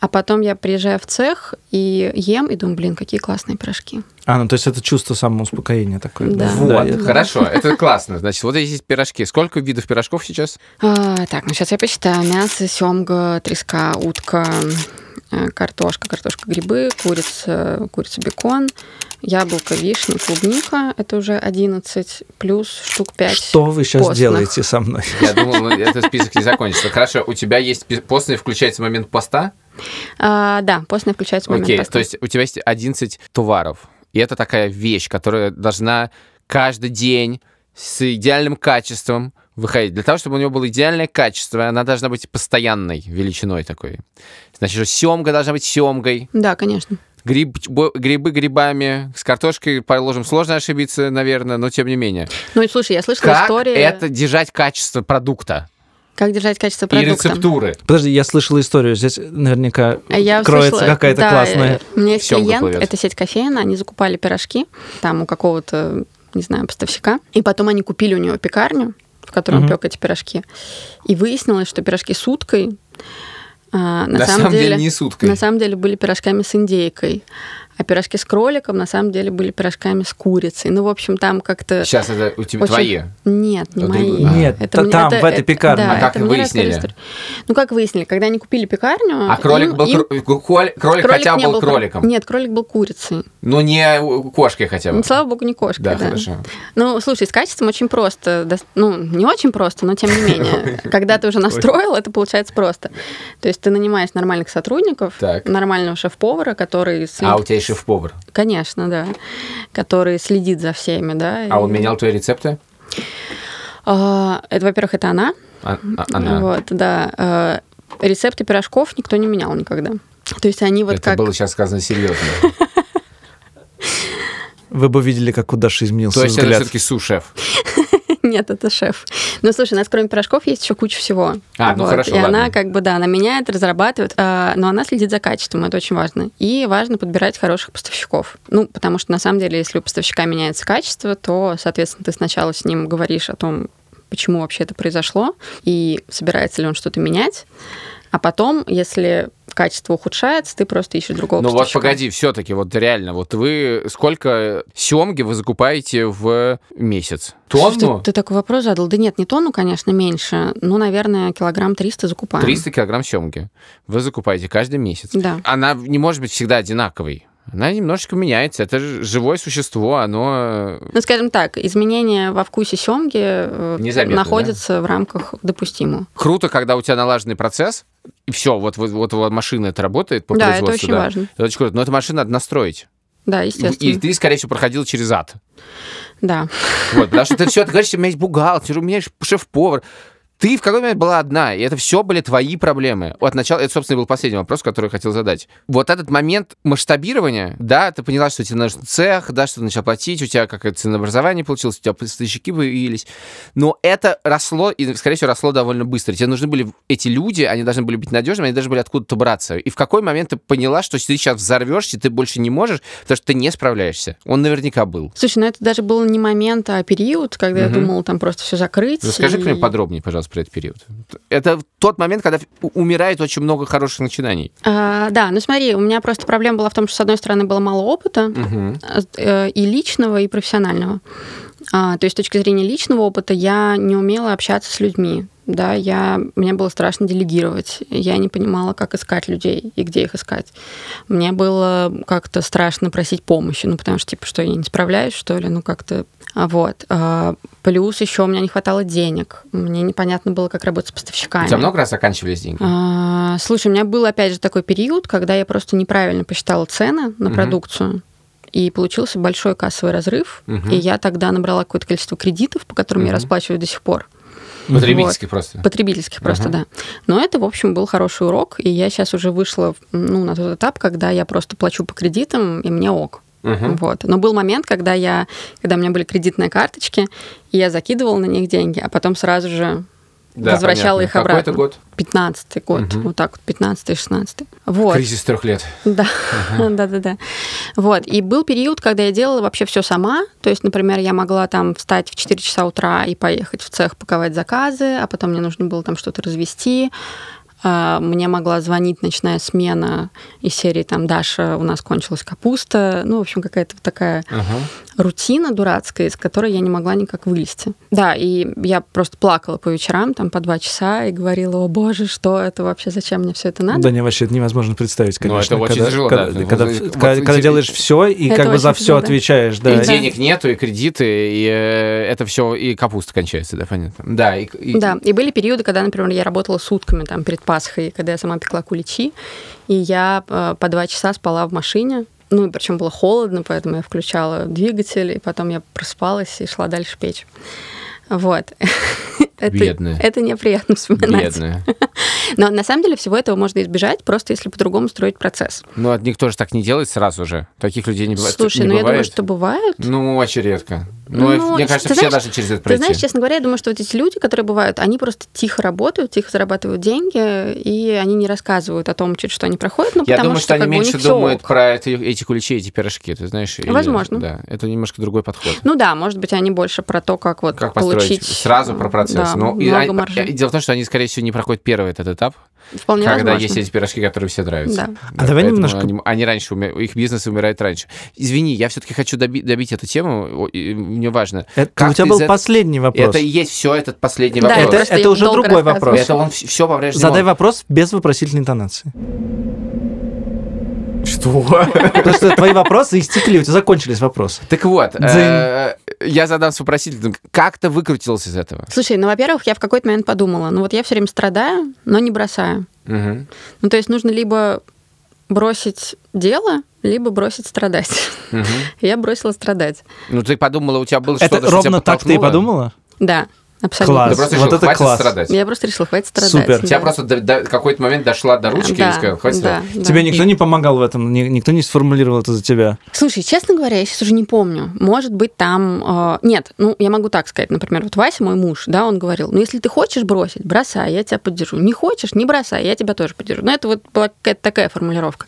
А потом я приезжаю в цех и ем, и думаю, блин, какие классные пирожки.
А, ну то есть это чувство самоуспокоения такое.
Да.
Вот.
Да.
Хорошо, это классно. Значит, вот здесь есть пирожки. Сколько видов пирожков сейчас?
А, так, ну сейчас я посчитаю. Мясо, семга, треска, утка, э, картошка, картошка, грибы, курица, курица, бекон, яблоко, вишня, клубника. Это уже 11, плюс штук 5.
Что вы сейчас
постных.
делаете со мной?
Я думал, ну, этот список не закончится. Хорошо, у тебя есть пи- постный, включается момент поста?
А, да, постное включается в момент
Окей,
поста.
то есть у тебя есть 11 товаров. И это такая вещь, которая должна каждый день с идеальным качеством выходить. Для того, чтобы у него было идеальное качество, она должна быть постоянной величиной такой. Значит, что семга должна быть семгой,
Да, конечно.
гриб, бо- грибы грибами, с картошкой, положим, сложно ошибиться, наверное, но тем не менее.
Ну, и слушай, я слышала
Как
истории,
это держать качество продукта,
как держать качество
и
продукта.
рецептуры?
Подожди, я слышал историю. Здесь наверняка
А Я
кроется
услышала-
какая-то
да, э,
классная.
У меня есть
Семга
клиент,
плывет.
это сеть кофеин, они закупали пирожки там у какого-то, не знаю, поставщика. И потом они купили у него пекарню, в которой он
Мгм.
пек эти пирожки. И выяснилось, что пирожки с уткой а, на,
На
самом, деле,
не с уткой.
на самом деле были пирожками с индейкой. А пирожки с кроликом на самом деле были пирожками с курицей. Ну, в общем, там как-то...
Сейчас это у тебя
Очень-
Типа твои.
Нет, не
Ну,
мои.
да.
Нет, та-
мне-
там, в этой пекарне.
да,
А как
это
вы
мне рассказали
выяснили?
историю. Ну, как выяснили, когда они купили пекарню...
А кролик
им-
был
им-
кро- кролик, кролик хотя бы
не
был
кро-
кроликом.
Нет, кролик был курицей.
Ну, не у- кошкой хотя бы.
Ну, слава богу, не кошка.
Да, хорошо.
Ну, слушай, с качеством очень просто. Дос- Ну, не очень просто, но тем
(laughs)
не менее. Когда ты уже настроил, это получается просто. То есть ты нанимаешь нормальных сотрудников,
Так.
нормального шеф-повара, который... след-
А у тебя есть шеф-повар.
Конечно, да. Который следит за всеми, да.
А он
и-
менял твои рецепты?
А, Это, во-первых, это она.
А- а- Она.
Вот, да. А, Рецепты пирожков никто не менял никогда. То есть они вот
это
как...
было сейчас сказано серьезно.
Вы бы видели, как у Даши изменился
То есть это
взгляд.
все-таки су-шеф.
(laughs) Нет, это шеф. Ну, слушай, у нас кроме пирожков есть еще куча всего.
А, ну хорошо,
И
ладно.
она как бы, да, она меняет, разрабатывает, а, но она следит за качеством, это очень важно. И важно подбирать хороших поставщиков. Ну, потому что, на самом деле, если у поставщика меняется качество, то, соответственно, ты сначала с ним говоришь о том, почему вообще это произошло, и собирается ли он что-то менять. А потом, если качество ухудшается, ты просто ищешь другого
Ну вот
поставщика.
погоди, все-таки, вот реально, вот вы сколько семги вы закупаете в месяц?
Слушай,
Тонну?
Ты, ты такой вопрос задал. Да нет, не тонну, конечно, меньше. Ну, наверное, килограмм 300 закупаем.
300 килограмм семги вы закупаете каждый месяц.
Да.
Она не может быть всегда одинаковой. Она немножечко меняется. Это ж- живое существо, оно... э,
Ну, скажем так, изменения во вкусе семги э,
Незаметно,
находятся в рамках допустимого.
Круто, когда у тебя налаженный процесс, и все, вот, вот, вот, вот машина это работает по
Да, это
производству.
очень важно.
Это очень круто. Но эту машину надо настроить.
Да,
И,
естественно.
и ты, скорее всего, проходил через ад.
Да.
Вот, потому что ты все, ты говоришь, у меня есть бухгалтер, у меня есть шеф-повар. Ты в какой момент была одна, и это все были твои проблемы. От начала, это, собственно, был последний вопрос, который я хотел задать. Вот этот момент масштабирования, да, ты поняла, что тебе нужен цех, да, что ты начала платить, у тебя какое-то ценообразование получилось, у тебя поставщики появились. Но это росло, и, скорее всего, росло довольно быстро. Тебе нужны были эти люди, они должны были быть надежными, они должны были откуда-то браться. И в какой момент ты поняла, что ты сейчас взорвешься, и ты больше не можешь, потому что ты не справляешься. Он наверняка был.
Слушай, ну это даже был не момент, а период, когда я
Мгм.
думала там просто все закрыть.
Расскажи
и-
мне подробнее, пожалуйста, про этот период. Это тот момент, когда у- умирает очень много хороших начинаний.
А, да, ну смотри, у меня просто проблема была в том, что, с одной стороны, было мало опыта, а, э, и личного, и профессионального. А, то есть с точки зрения личного опыта я не умела общаться с людьми. Да, я, мне было страшно делегировать. Я не понимала, как искать людей и где их искать. Мне было как-то страшно просить помощи, ну, потому что, типа, что я не справляюсь, что ли, ну, как-то... А, Вот. А, Плюс еще у меня не хватало денег. Мне непонятно было, как работать с поставщиками.
У тебя много раз заканчивались деньги?
А, Слушай, у меня был опять же такой период, когда я просто неправильно посчитала цены на
Мгм.
продукцию. И получился большой кассовый разрыв.
Мгм.
И я тогда набрала какое-то количество кредитов, по которым я
Мгм.
расплачиваю до сих пор.
Потребительский просто.
потребительских просто, да. Но это, в общем, был хороший урок, и я сейчас уже вышла ну, на тот этап, когда я просто плачу по кредитам, и мне ок. Вот. Но был момент, когда я, когда у меня были кредитные карточки, и я закидывала на них деньги, а потом сразу же
Да,
возвращала
понятно.
их обратно.
Какой это год?
15-й год, вот так вот, 15-й, 16-й. Вот.
Кризис трех лет.
(laughs) Да, (laughs) да, да, да. Вот. И был период, когда я делала вообще все сама. То есть, например, я могла там встать в 4 часа утра и поехать в цех паковать заказы, а потом мне нужно было там что-то развести. А, Мне могла звонить ночная смена из серии там «Даша, у нас кончилась капуста». Ну, в общем, какая-то вот такая рутина дурацкая, из которой я не могла никак вылезти. Да, и я просто плакала по вечерам там по два часа и говорила, о боже, что это вообще, зачем мне все это надо?
Да не, вообще это невозможно представить,
Ну,
конечно.
это очень
когда,
тяжело,
когда,
да. Ну,
когда-
вот
когда-
эти-
когда
вот эти-
делаешь все и
Это
как бы
очень
за все
тяжело, да.
отвечаешь, да.
И
Да.
денег нету, и кредиты, и э, это все, и капуста кончается, да, понятно. Да, и, и-
Да, и были периоды, когда, например, я работала сутками там перед Пасхой, когда я сама пекла куличи, и я э, по два часа спала в машине. Ну, и причем было холодно, поэтому я включала двигатель, и потом я проспалась и шла дальше печь. Вот. (laughs) Это-
Бедная.
Это неприятно вспоминать.
бедная.
Но на самом деле всего этого можно избежать, просто если по-другому строить процесс.
Ну, от них тоже так не делает сразу же. Таких людей не бывает.
Слушай,
не
ну я думаю,
бывает.
что бывают.
Ну, очень редко. Ну,
Ну,
мне кажется,
ты
все
знаешь-
должны через это
Ты
пройти.
знаешь, честно говоря, я думаю, что вот эти люди, которые бывают, они просто тихо работают, тихо зарабатывают деньги, и они не рассказывают о том, через что они проходят, ну,
я
потому
думаю, что,
что,
они
как бы, у
меньше
них всё
думают
ок.
про это- эти куличи, эти пирожки, ты знаешь. или-
Возможно.
Да, это немножко другой подход.
Ну да, может быть, они больше про то, как вот
Как
получить...
построить сразу про процесс.
Да,
Ну, и
много
они-
маржи.
и дело в том, что они, скорее всего, не проходят первый этот этап,
Вполне
когда
возможно.
есть эти пирожки, которые все нравятся.
Да.
А давай
поэтому
немножко-
Они, они раньше, уми- их бизнес умирает раньше. Извини, я все-таки хочу доби- добить эту тему, о, и мне важно.
Это
Как
Э, у тебя
ты
был
из эт-
последний вопрос.
Это и есть все этот последний
Да,
вопрос.
это,
просто
это
я
уже
долго
другой
рассказывала.
вопрос.
Это он все по-прежнему...
Задай
он.
вопрос без вопросительной интонации.
Что?
Потому что твои вопросы истекли, у тебя закончились вопросы.
Так вот, э, я задам с вопросительным. Как ты выкрутился из этого?
Слушай, ну, во-первых, я в какой-то момент подумала, ну, вот я все время страдаю, но не бросаю.
Мгм.
Ну, то есть нужно либо бросить дело, либо бросить страдать.
Мгм.
(laughs) Я бросила страдать.
Ну, ты подумала, у тебя было что-то,
Это
что тебя
ровно так ты и
подтолкнуло?
подумала?
Да, абсолютно.
Класс.
Ты просто
Вот
решила,
это
хватит
класс.
страдать.
Я просто решила, хватит страдать.
Супер.
да.
Тебя просто до, до какой-то момент дошла до ручки
Да,
и сказала, хватит.
да, да.
Тебе никто не помогал в этом, ни- никто не сформулировал это за тебя.
Слушай, честно говоря, я сейчас уже не помню. Может быть, там... э, нет, ну, я могу так сказать. Например, вот Вася, мой муж, да, он говорил, ну, если ты хочешь бросить, бросай, я тебя поддержу. Не хочешь, не бросай, я тебя тоже поддержу. Ну, это вот была какая-то такая формулировка.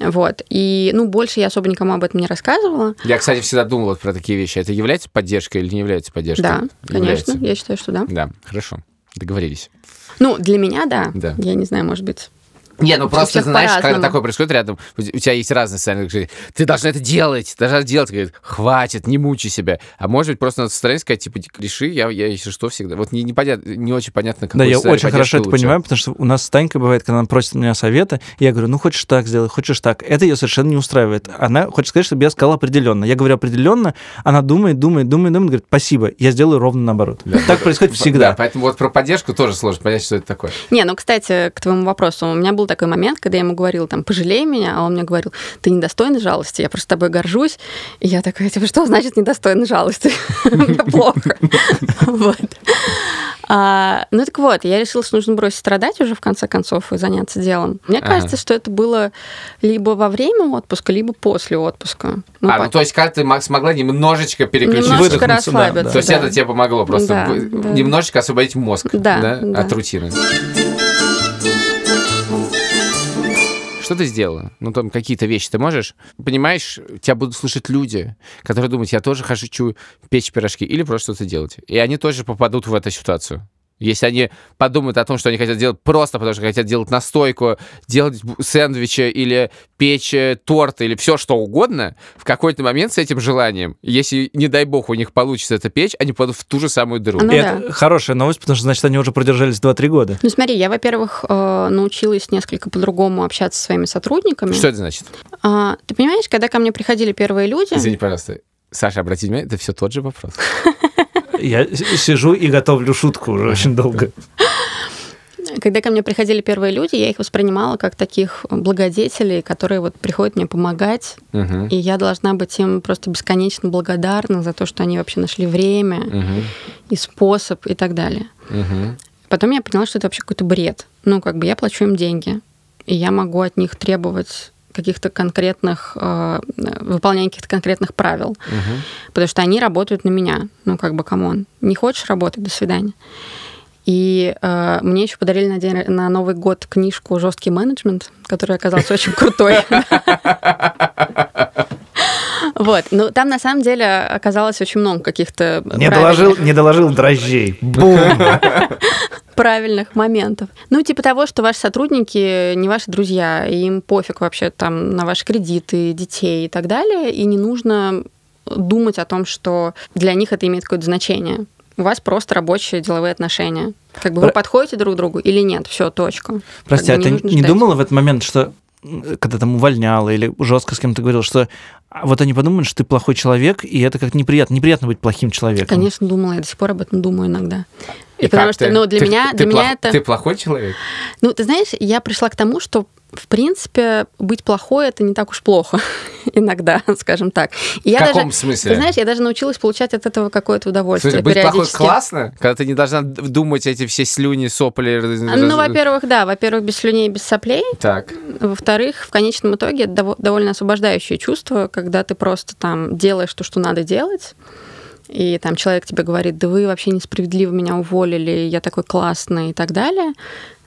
Вот. И, ну, больше я особо никому об этом не рассказывала.
Я, кстати, всегда думал вот про такие вещи. Это является поддержкой или не является поддержкой?
Да, конечно,
Является.
я считаю, что да.
Да, хорошо. Договорились.
Ну, для меня, да.
Да.
Я не знаю, может быть.
Не, ну просто
всех
знаешь, когда
по-разному.
такое происходит рядом, у те- у тебя есть разные сцены, как же, ты должна это делать, ты должна это делать. Говорит, хватит, не мучай себя. А может быть, просто надо со стороны сказать, типа, реши, я, я если что всегда. Вот не, не, понятно, не очень понятно, какой
Да, я
сценарий
очень хорошо
поддержки
это
лучше.
понимаю, потому что у нас с Танькой бывает, когда она просит у меня совета, и я говорю, ну хочешь так сделай, хочешь так. Это ее совершенно не устраивает. Она хочет сказать, чтобы я сказал определенно. Я говорю определенно, она думает, думает, думает, думает, говорит, спасибо, я сделаю ровно наоборот. так происходит
Да,
всегда.
поэтому вот про поддержку тоже сложно понять, что это такое.
Не, ну, кстати, к твоему вопросу. У меня был такой момент, когда я ему говорила, там, пожалей меня, а он мне говорил, ты недостойна жалости, я просто тобой горжусь. И я такая, типа, что значит недостойна жалости? (laughs) Мне плохо.
(laughs)
Вот. А, ну так вот, я решила, что нужно бросить страдать уже в конце концов и заняться делом. Мне
Ага.
кажется, что это было либо во время отпуска, либо после отпуска. Мы
а,
по-
ну, то есть, когда ты мог- смогла немножечко переключиться.
немножечко
выдохнуться, да,
расслабиться.
да.
То есть
да.
это тебе помогло просто
Да,
вы-
да.
немножечко освободить мозг
Да, да.
от рутины. Что ты сделала? Ну, там какие-то вещи ты можешь? Понимаешь, тебя будут слушать люди, которые думают, я тоже хочу печь пирожки или просто что-то делать. И они тоже попадут в эту ситуацию. Если они подумают о том, что они хотят делать просто потому, что хотят делать настойку, делать бу- сэндвичи или печь э, торт или все что угодно, в какой-то момент с этим желанием, если, не дай бог, у них получится это печь, они попадут в ту же самую дыру.
Ну
И это
да.
хорошая новость, потому что, значит, они уже продержались 2-3 года.
Ну смотри, я, во-первых, э, научилась несколько по-другому общаться со своими сотрудниками.
Что это значит?
А, ты понимаешь, когда ко мне приходили первые люди,
Извини, пожалуйста. Саша, обрати внимание, это все тот же вопрос.
Я с- сижу и готовлю шутку уже очень долго.
Когда ко мне приходили первые люди, я их воспринимала как таких благодетелей, которые вот приходят мне помогать,
Мгм.
и я должна быть им просто бесконечно благодарна за то, что они вообще нашли время
Мгм.
и способ и так далее.
Мгм.
Потом я поняла, что это вообще какой-то бред. Ну, как бы я плачу им деньги, и я могу от них требовать каких-то конкретных, э, выполнения каких-то конкретных правил.
Мгм.
Потому что они работают на меня. Ну, как бы, камон, не хочешь работать, до свидания. И э, мне еще подарили на, день, ра- на Новый год книжку «Жесткий менеджмент», который оказался очень крутой. Вот. Ну, там, на самом деле, оказалось очень много каких-то
Не
правильных-
доложил, не доложил
(laughs)
дрожжей. Бум!
правильных моментов. Ну, типа того, что ваши сотрудники не ваши друзья, и им пофиг вообще там на ваши кредиты, детей и так далее, и не нужно думать о том, что для них это имеет какое-то значение. У вас просто рабочие деловые отношения. Как бы вы
Про-
подходите друг к другу или нет? Все, точка.
Прости,
Как
а
бы
ты
Ну, нужно
не
ждать.
думала в этот момент, что м, когда там увольняла или жестко с кем-то говорил, что а, вот они подумают, что ты плохой человек, и это как-то неприятно. Неприятно быть плохим человеком.
Конечно, думала, я до сих пор об этом думаю иногда. И,
И
потому
как
что,
ты?
ну, для
Ты-
меня,
ты
для меня
плох-
это...
Ты плохой человек?
Ну, ты знаешь, я пришла к тому, что в принципе, быть плохой это не так уж плохо (laughs) иногда, (laughs) скажем так. И
В
я
каком
даже,
смысле?
Ты знаешь, я даже научилась получать от этого какое-то
В
удовольствие
смысле, быть плохой
периодически.
классно, когда ты не должна д- думать эти все слюни, сопли. раз- раз-
Ну, во-первых, да, во-первых, без слюней, без соплей.
Так.
Во-вторых, в конечном итоге это дово- довольно освобождающее чувство, когда ты просто там делаешь то, что надо делать. И там человек тебе говорит, да вы вообще несправедливо меня уволили, я такой классный и так далее.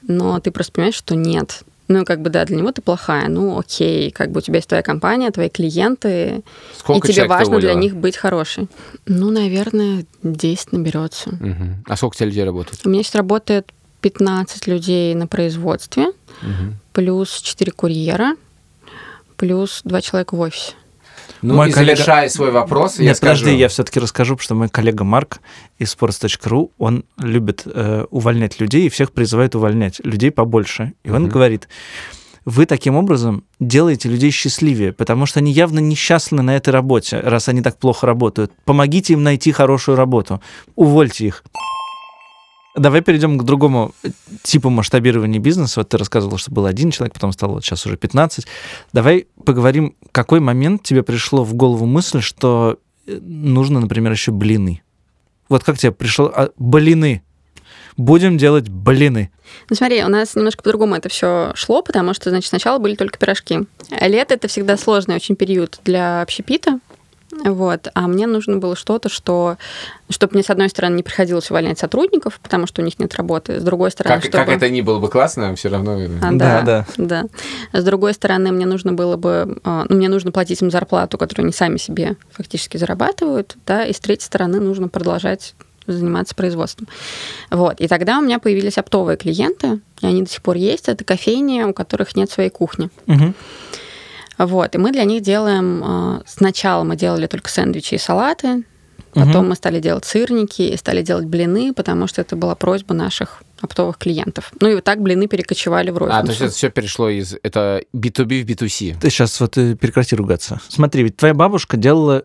Но ты просто понимаешь, что нет. Ну, и как бы, да, для него ты плохая. Ну, окей, как бы у тебя есть твоя компания, твои клиенты,
Сколько
и тебе
человек ты
важно для
уволила?
них быть хорошей. Ну, наверное, 10 наберется.
Мгм. А сколько у тебя людей работает?
У меня сейчас работает 15 людей на производстве, плюс 4 курьера, плюс 2 человека в офисе.
Ну,
Мой
и
коллега-
завершая свой вопрос, я
Нет,
скажу.
подожди, я все-таки расскажу, потому что мой коллега Марк из sports.ru, он любит э, увольнять людей и всех призывает увольнять людей побольше. И он
Мгм.
говорит, вы таким образом делаете людей счастливее, потому что они явно несчастны на этой работе, раз они так плохо работают. Помогите им найти хорошую работу, увольте их. Давай перейдем к другому типу масштабирования бизнеса. Вот ты рассказывал, что был один человек, потом стало вот сейчас уже 15. Давай поговорим, в какой момент тебе пришло в голову мысль, что э, нужно, например, еще блины. Вот как тебе пришло а, блины? Будем делать блины.
Ну, смотри, у нас немножко по-другому это все шло, потому что, значит, сначала были только пирожки. А Лето — это всегда сложный очень период для общепита, вот. А мне нужно было что-то, что... Чтобы мне, с одной стороны, не приходилось увольнять сотрудников, потому что у них нет работы, с другой стороны,
Как,
чтобы...
как это ни было бы классно, все равно... э,
А,
Да,
да, да, С другой стороны, мне нужно было бы, а, ну, мне нужно платить им зарплату, которую они сами себе фактически зарабатывают, да, и с третьей стороны нужно продолжать заниматься производством. Вот. И тогда у меня появились оптовые клиенты, и они до сих пор есть. Это кофейни, у которых нет своей кухни.
Мгм.
Вот. И мы для них делаем... а, Сначала мы делали только сэндвичи и салаты,
Мгм.
потом мы стали делать сырники и стали делать блины, потому что это была просьба наших оптовых клиентов. Ну и вот так блины перекочевали в розницу.
А, то есть это все перешло из... Это B2B в B2C.
Ты сейчас вот э, прекрати ругаться. Смотри, ведь твоя бабушка делала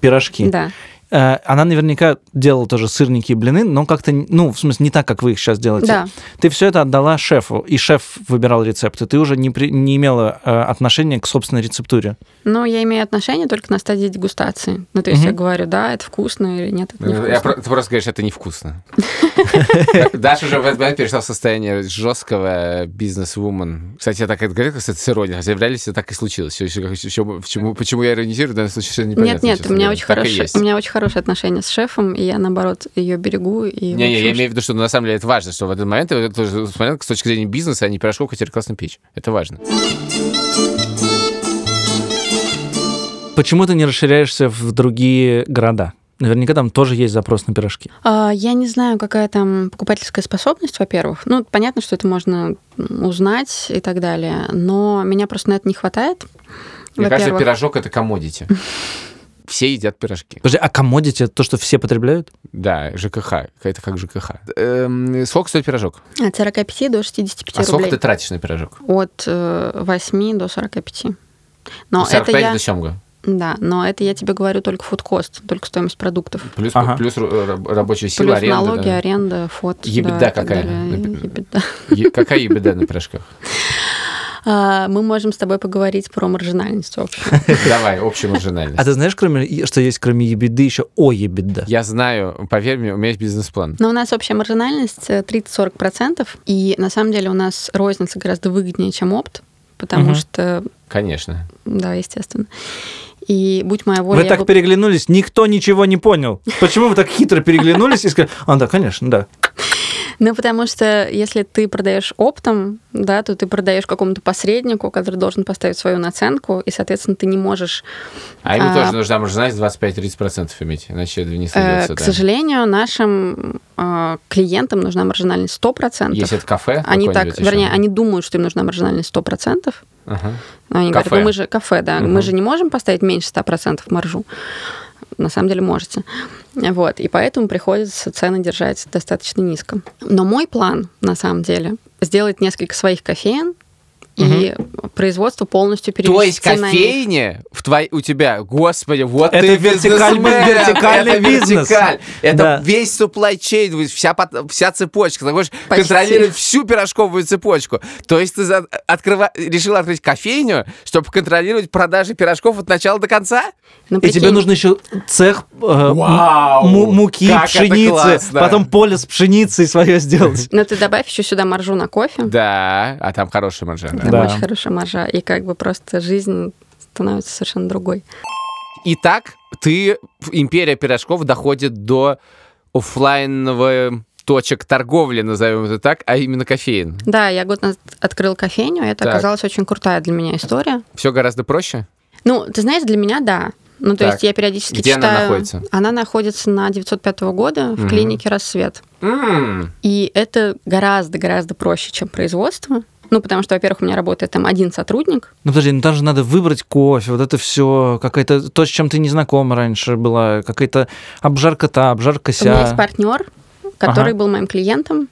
пирожки.
Да.
Э, Она наверняка делала тоже сырники и блины, но как-то, не- ну, в смысле, не так, как вы их сейчас делаете.
Да.
Ты все это отдала шефу, и шеф выбирал рецепты. Ты уже не, при- не имела э, отношения к собственной рецептуре.
Ну, я имею отношение только на стадии дегустации. Ну, то есть
Мгм.
я говорю, да, это вкусно или нет, это не
Ну, Я про-
вкусно.
ты просто говоришь, это
(laughs)
невкусно. Даша уже в этот момент перешла в состояние жесткого бизнес-вумен. Кстати, я так это говорил, кстати, с иронией, хотя в реальности так и случилось. Всё ещё как- ещё почему- Почему я иронизирую, в данном случае все непонятно.
Нет, нет,
честно
у меня
говоря.
очень
Так и
хорошие,
есть.
у меня очень хорошие отношения с шефом, и я наоборот ее берегу и. в
Не, не, я
общем,
имею в виду, что ну, на самом деле это важно, что в этот момент, это тоже смотрел, с точки зрения бизнеса, они пирожков хотели классно печь. Это важно.
Почему ты не расширяешься в другие города? Наверняка там тоже есть запрос на пирожки.
А, Я не знаю, какая там покупательская способность, во-первых. Ну, понятно, что это можно м, узнать и так далее, но меня просто на это не хватает.
Мне кажется,
Во-первых,
пирожок это комодити. (laughs) Все едят пирожки.
Подожди, а комодити это то, что все потребляют?
Да, ЖКХ. Это как ЖКХ. Эм, сколько стоит пирожок?
от 45 до 65
А сколько
рублей.
ты тратишь на пирожок?
От э, 8 до 45. Но это
45
я...
до семга.
Да, но это я тебе говорю только фудкост, только стоимость продуктов.
Плюс,
Ага.
плюс ру- э, раб- рабочая сила,
Плюс
Типа аренда.
налоги,
да.
аренда, фот.
Ебеда
да, и так
какая?
далее.
Напи-
Ебеда.
Е- Какая ебеда на пирожках? (laughs)
А, Мы можем с тобой поговорить про маржинальность общую.
Давай, общую маржинальность.
А ты знаешь, кроме, и- что есть кроме ебеды еще о ебеда?
Я знаю, поверь мне, у меня есть бизнес-план.
Но у нас общая маржинальность э, 30-40%, и на самом деле у нас розница гораздо выгоднее, чем опт, потому
Мгм.
что,
Конечно.
да, естественно. И будь моя воля,
Вы
я
так
бы-
переглянулись, никто ничего не понял. Почему вы так хитро переглянулись и сказали, а, да, конечно, да.
Ну, потому что если ты продаешь оптом, да, то ты продаешь какому-то посреднику, который должен поставить свою наценку, и, соответственно, ты не можешь,
А ему
А-
тоже нужна маржинальность 25-30% иметь, иначе это не
э,
сойдется.
к
да.
сожалению, нашим э, клиентам нужна маржинальность 100%.
Если это кафе
они так,
какое-нибудь ещё.
вернее, они думают, что им нужна маржинальность 100%.
Ага.
Но они
Кафе.
говорят, «Ну, мы же кафе, да, мы же не можем поставить меньше 100% маржу. На самом деле можете. Вот, и поэтому приходится цены держать достаточно низко. Но мой план, на самом деле, сделать несколько своих кофеен и производство полностью перевести
То есть
на них.
кофейня в твой, у тебя, господи, вот
Это
ты
вертикаль-
бизнесмен,
вертикальный
это
бизнес.
вертикаль, Это
Да.
весь supply chain, вот вся, пот- вся цепочка. Ты можешь
Почти.
контролировать всю пирожковую цепочку. То есть ты за- открыва- решил открыть кофейню, чтобы контролировать продажи пирожков от начала до конца?
Ну,
И тебе
прикинь,
нужно еще цех э, м-
Вау,
му- муки,
как это
пшеницы,
классно.
потом поле с пшеницей свое
(laughs)
сделать.
Но ну, ты добавь еще сюда маржу на кофе.
Да, а там хорошая маржа. да.
Там
Да.
очень хорошая маржа. И как бы просто жизнь становится совершенно другой.
Итак, ты, империя пирожков доходит до оффлайновых точек торговли, назовем это так, а именно кофеин.
Да, я год назад открыла кофейню, и это
Так.
оказалась очень крутая для меня история.
Все гораздо проще?
Ну, ты знаешь, для меня да. Ну, то
Так.
есть я периодически
Где она
читаю...
находится?
Она находится на 905 года в
Мгм.
клинике «Рассвет».
М,
И это гораздо-гораздо проще, чем производство. Ну, потому что, во-первых, у меня работает там один сотрудник.
Ну подожди, ну там же надо выбрать кофе, вот это все, какая-то то, с чем ты не знаком раньше была, какая-то обжарка та, обжарка
У меня есть
ся.
партнер, который
Ага.
был моим клиентом,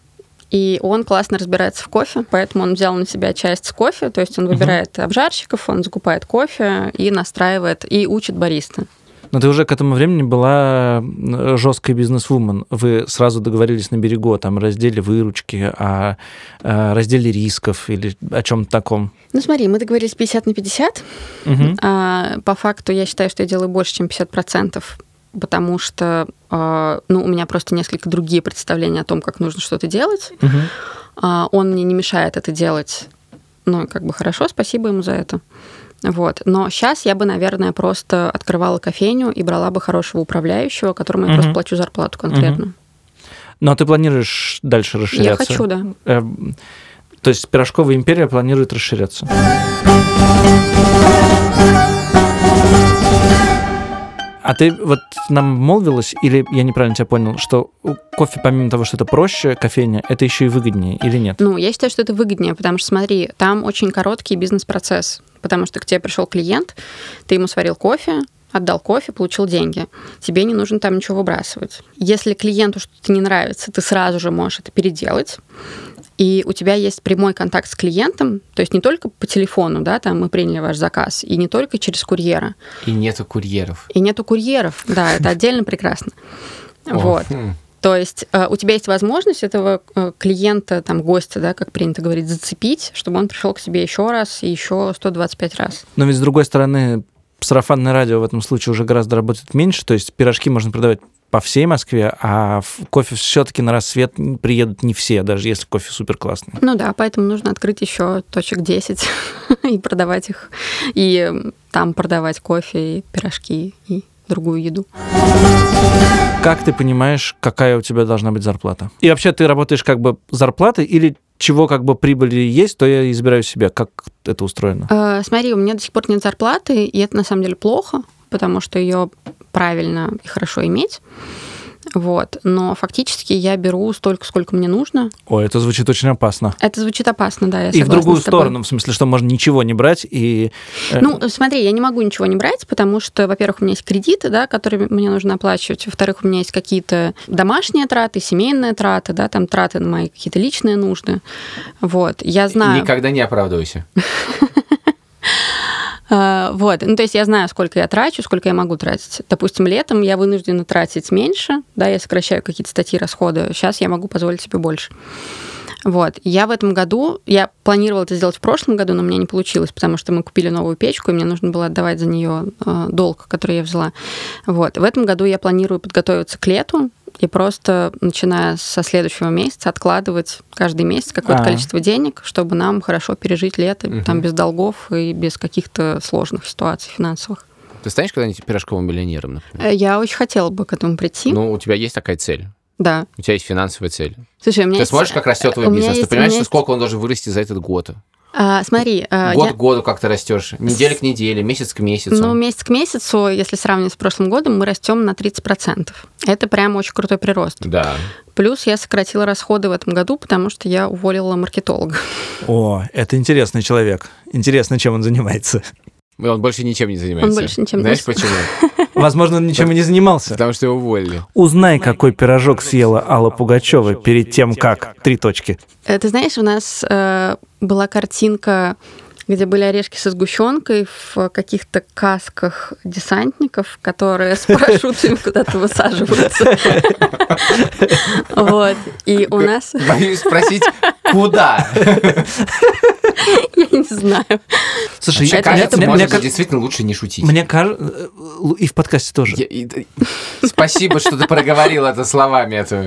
и он классно разбирается в кофе, поэтому он взял на себя часть с кофе, то есть он выбирает обжарщиков, он закупает кофе и настраивает, и учит бариста.
Но ты уже к этому времени была э, жесткой бизнес-вумен. Вы сразу договорились на берегу о там, разделе выручки, о, э, разделе рисков или о чем-то таком.
Ну смотри, мы договорились 50 на 50,
Мгм.
А, по факту я считаю, что я делаю больше, чем 50%, потому что а, ну, у меня просто несколько другие представления о том, как нужно что-то делать.
Мгм.
А, он мне не мешает это делать. Ну, и как бы хорошо, спасибо ему за это. Вот. Но сейчас я бы, наверное, просто открывала кофейню и брала бы хорошего управляющего, которому я
Мгм.
просто плачу зарплату конкретно.
Ну а ты планируешь дальше расширяться?
Я хочу, да.
Эм, То есть пирожковая империя планирует расширяться. А ты вот нам молвилась, или я неправильно тебя понял, что у- кофе, помимо того, что это проще, кофейня, это еще и выгоднее, или нет?
Ну, я считаю, что это выгоднее, потому что, смотри, там очень короткий бизнес-процесс, потому что к тебе пришел клиент, ты ему сварил кофе, отдал кофе, получил деньги. Тебе не нужно там ничего выбрасывать. Если клиенту что-то не нравится, ты сразу же можешь это переделать. И у тебя есть прямой контакт с клиентом, то есть не только по телефону, да, там мы приняли ваш заказ, и не только через курьера.
И нету курьеров.
И нету курьеров, да, это отдельно прекрасно. Вот.
М.
То есть э, у тебя есть возможность этого э, клиента, там, гостя, да, как принято говорить, зацепить, чтобы он пришел к тебе еще раз и еще 125 раз.
Но ведь с другой стороны, сарафанное радио в этом случае уже гораздо работает меньше, то есть пирожки можно продавать по всей Москве, а в кофе все-таки на рассвет приедут не все, даже если кофе супер классный.
Ну да, поэтому нужно открыть еще точек 10 (laughs) и продавать их, и э, там продавать кофе, и пирожки, и другую еду.
Как ты понимаешь, какая у тебя должна быть зарплата? И вообще ты работаешь как бы зарплаты или чего как бы прибыли есть, то я избираю себе. Как это устроено?
Э, Смотри, у меня до сих пор нет зарплаты, и это на самом деле плохо, потому что ее правильно и хорошо иметь. Вот. Но фактически я беру столько, сколько мне нужно.
Ой, это звучит очень опасно.
Это звучит опасно, да, я
И в
согласна
другую
с тобой.
сторону, в смысле, что можно ничего не брать и... э,
Ну, смотри, я не могу ничего не брать, потому что, во-первых, у меня есть кредиты, да, которые мне нужно оплачивать, во-вторых, у меня есть какие-то домашние траты, семейные траты, да, там траты на мои какие-то личные нужды. Вот, я знаю.
Никогда не оправдывайся.
А, Вот, ну то есть я знаю, сколько я трачу, сколько я могу тратить. Допустим, летом я вынуждена тратить меньше, да, я сокращаю какие-то статьи расходы, сейчас я могу позволить себе больше. Вот, я в этом году, я планировала это сделать в прошлом году, но у меня не получилось, потому что мы купили новую печку, и мне нужно было отдавать за нее э, долг, который я взяла. Вот, в этом году я планирую подготовиться к лету, и просто, начиная со следующего месяца, откладывать каждый месяц какое-то
А.
количество денег, чтобы нам хорошо пережить лето, там без долгов и без каких-то сложных ситуаций финансовых.
Ты станешь когда-нибудь пирожковым миллионером, например?
Э, Я очень хотела бы к этому прийти.
Ну, у тебя есть такая цель.
да.
У тебя есть финансовая цель.
Слушай, у меня
Ты
есть-
смотришь, как растет твой
у меня
бизнес. Ты
есть- у
понимаешь,
меня
что
есть-
сколько он должен вырасти за этот год?
А, смотри, э,
Год
я-
к году как ты растешь. Неделя к неделе, месяц к месяцу.
Ну, месяц к месяцу, если сравнивать с прошлым годом, мы растем на 30%. Это прям очень крутой прирост.
Да.
Плюс я сократила расходы в этом году, потому что я уволила маркетолога.
О, это интересный человек. Интересно, чем он занимается.
Он больше ничем не занимается.
больше ничем не
Знаешь
занимается. (laughs)
почему?
Возможно, он ничем и не занимался.
Потому что его уволили.
Узнай, какой пирожок съела Алла Пугачева перед тем, как... Три точки.
Э, Ты знаешь, у нас э, была картинка, где были орешки со сгущенкой в каких-то касках десантников, которые с парашютами куда-то высаживаются. Вот. И у нас... (laughs)
Боюсь спросить, куда?
Я не знаю.
Слушай,
Вообще,
я-
кажется,
мне-
можно
мне каж-
действительно лучше не шутить.
мне кажется... И в подкасте тоже.
Я- и- и- Спасибо, что ты проговорил это словами. Это...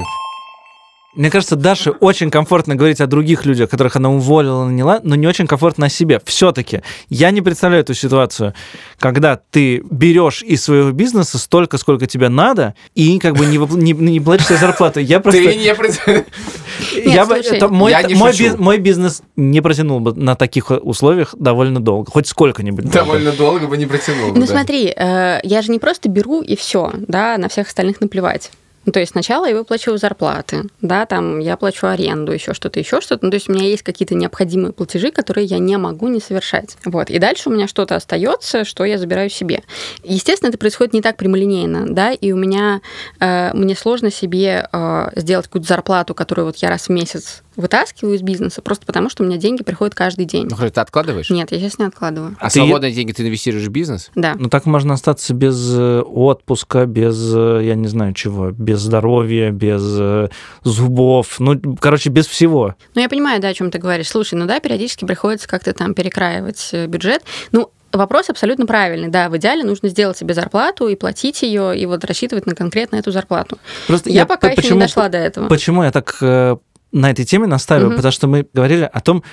Мне кажется, Даше очень комфортно говорить о других людях, которых она уволила, наняла, но не очень комфортно о себе. Все-таки я не представляю эту ситуацию, когда ты берешь из своего бизнеса столько, сколько тебе надо, и как бы не, вопл- не, не платишь себе зарплату. Я просто...
Ты не... пред-
(laughs) я бы-
слушай.
это мой,
Я не
мой
шучу.
биз- мой бизнес не протянул бы на таких условиях довольно долго, хоть сколько-нибудь. долго.
(laughs) Довольно долго бы не протянул.
Ну
да.
смотри, э, я же не просто беру и все, да, на всех остальных наплевать. Ну, то есть сначала я выплачиваю зарплаты, да, там я плачу аренду, еще что-то, еще что-то. Ну, то есть у меня есть какие-то необходимые платежи, которые я не могу не совершать. Вот. И дальше у меня что-то остается, что я забираю себе. Естественно, это происходит не так прямолинейно, да, и у меня э, мне сложно себе э, сделать какую-то зарплату, которую вот я раз в месяц вытаскиваю из бизнеса, просто потому что у меня деньги приходят каждый день.
Ну, хорошо, ты откладываешь?
Нет, я сейчас не откладываю.
А
Ты-
свободные деньги ты инвестируешь в бизнес?
Да.
Ну так можно остаться без э, отпуска, без, э, я не знаю чего, без здоровья, без э, зубов, ну, короче, без всего.
Ну, я понимаю, да, о чем ты говоришь. Слушай, ну да, периодически приходится как-то там перекраивать э, бюджет. Ну, вопрос абсолютно правильный. Да, в идеале нужно сделать себе зарплату и платить ее, и вот рассчитывать на конкретно эту зарплату.
Просто
Я, пока
по-
еще не дошла до этого.
Почему я так э, на этой теме настаиваю?
Мгм.
Потому что мы говорили о том,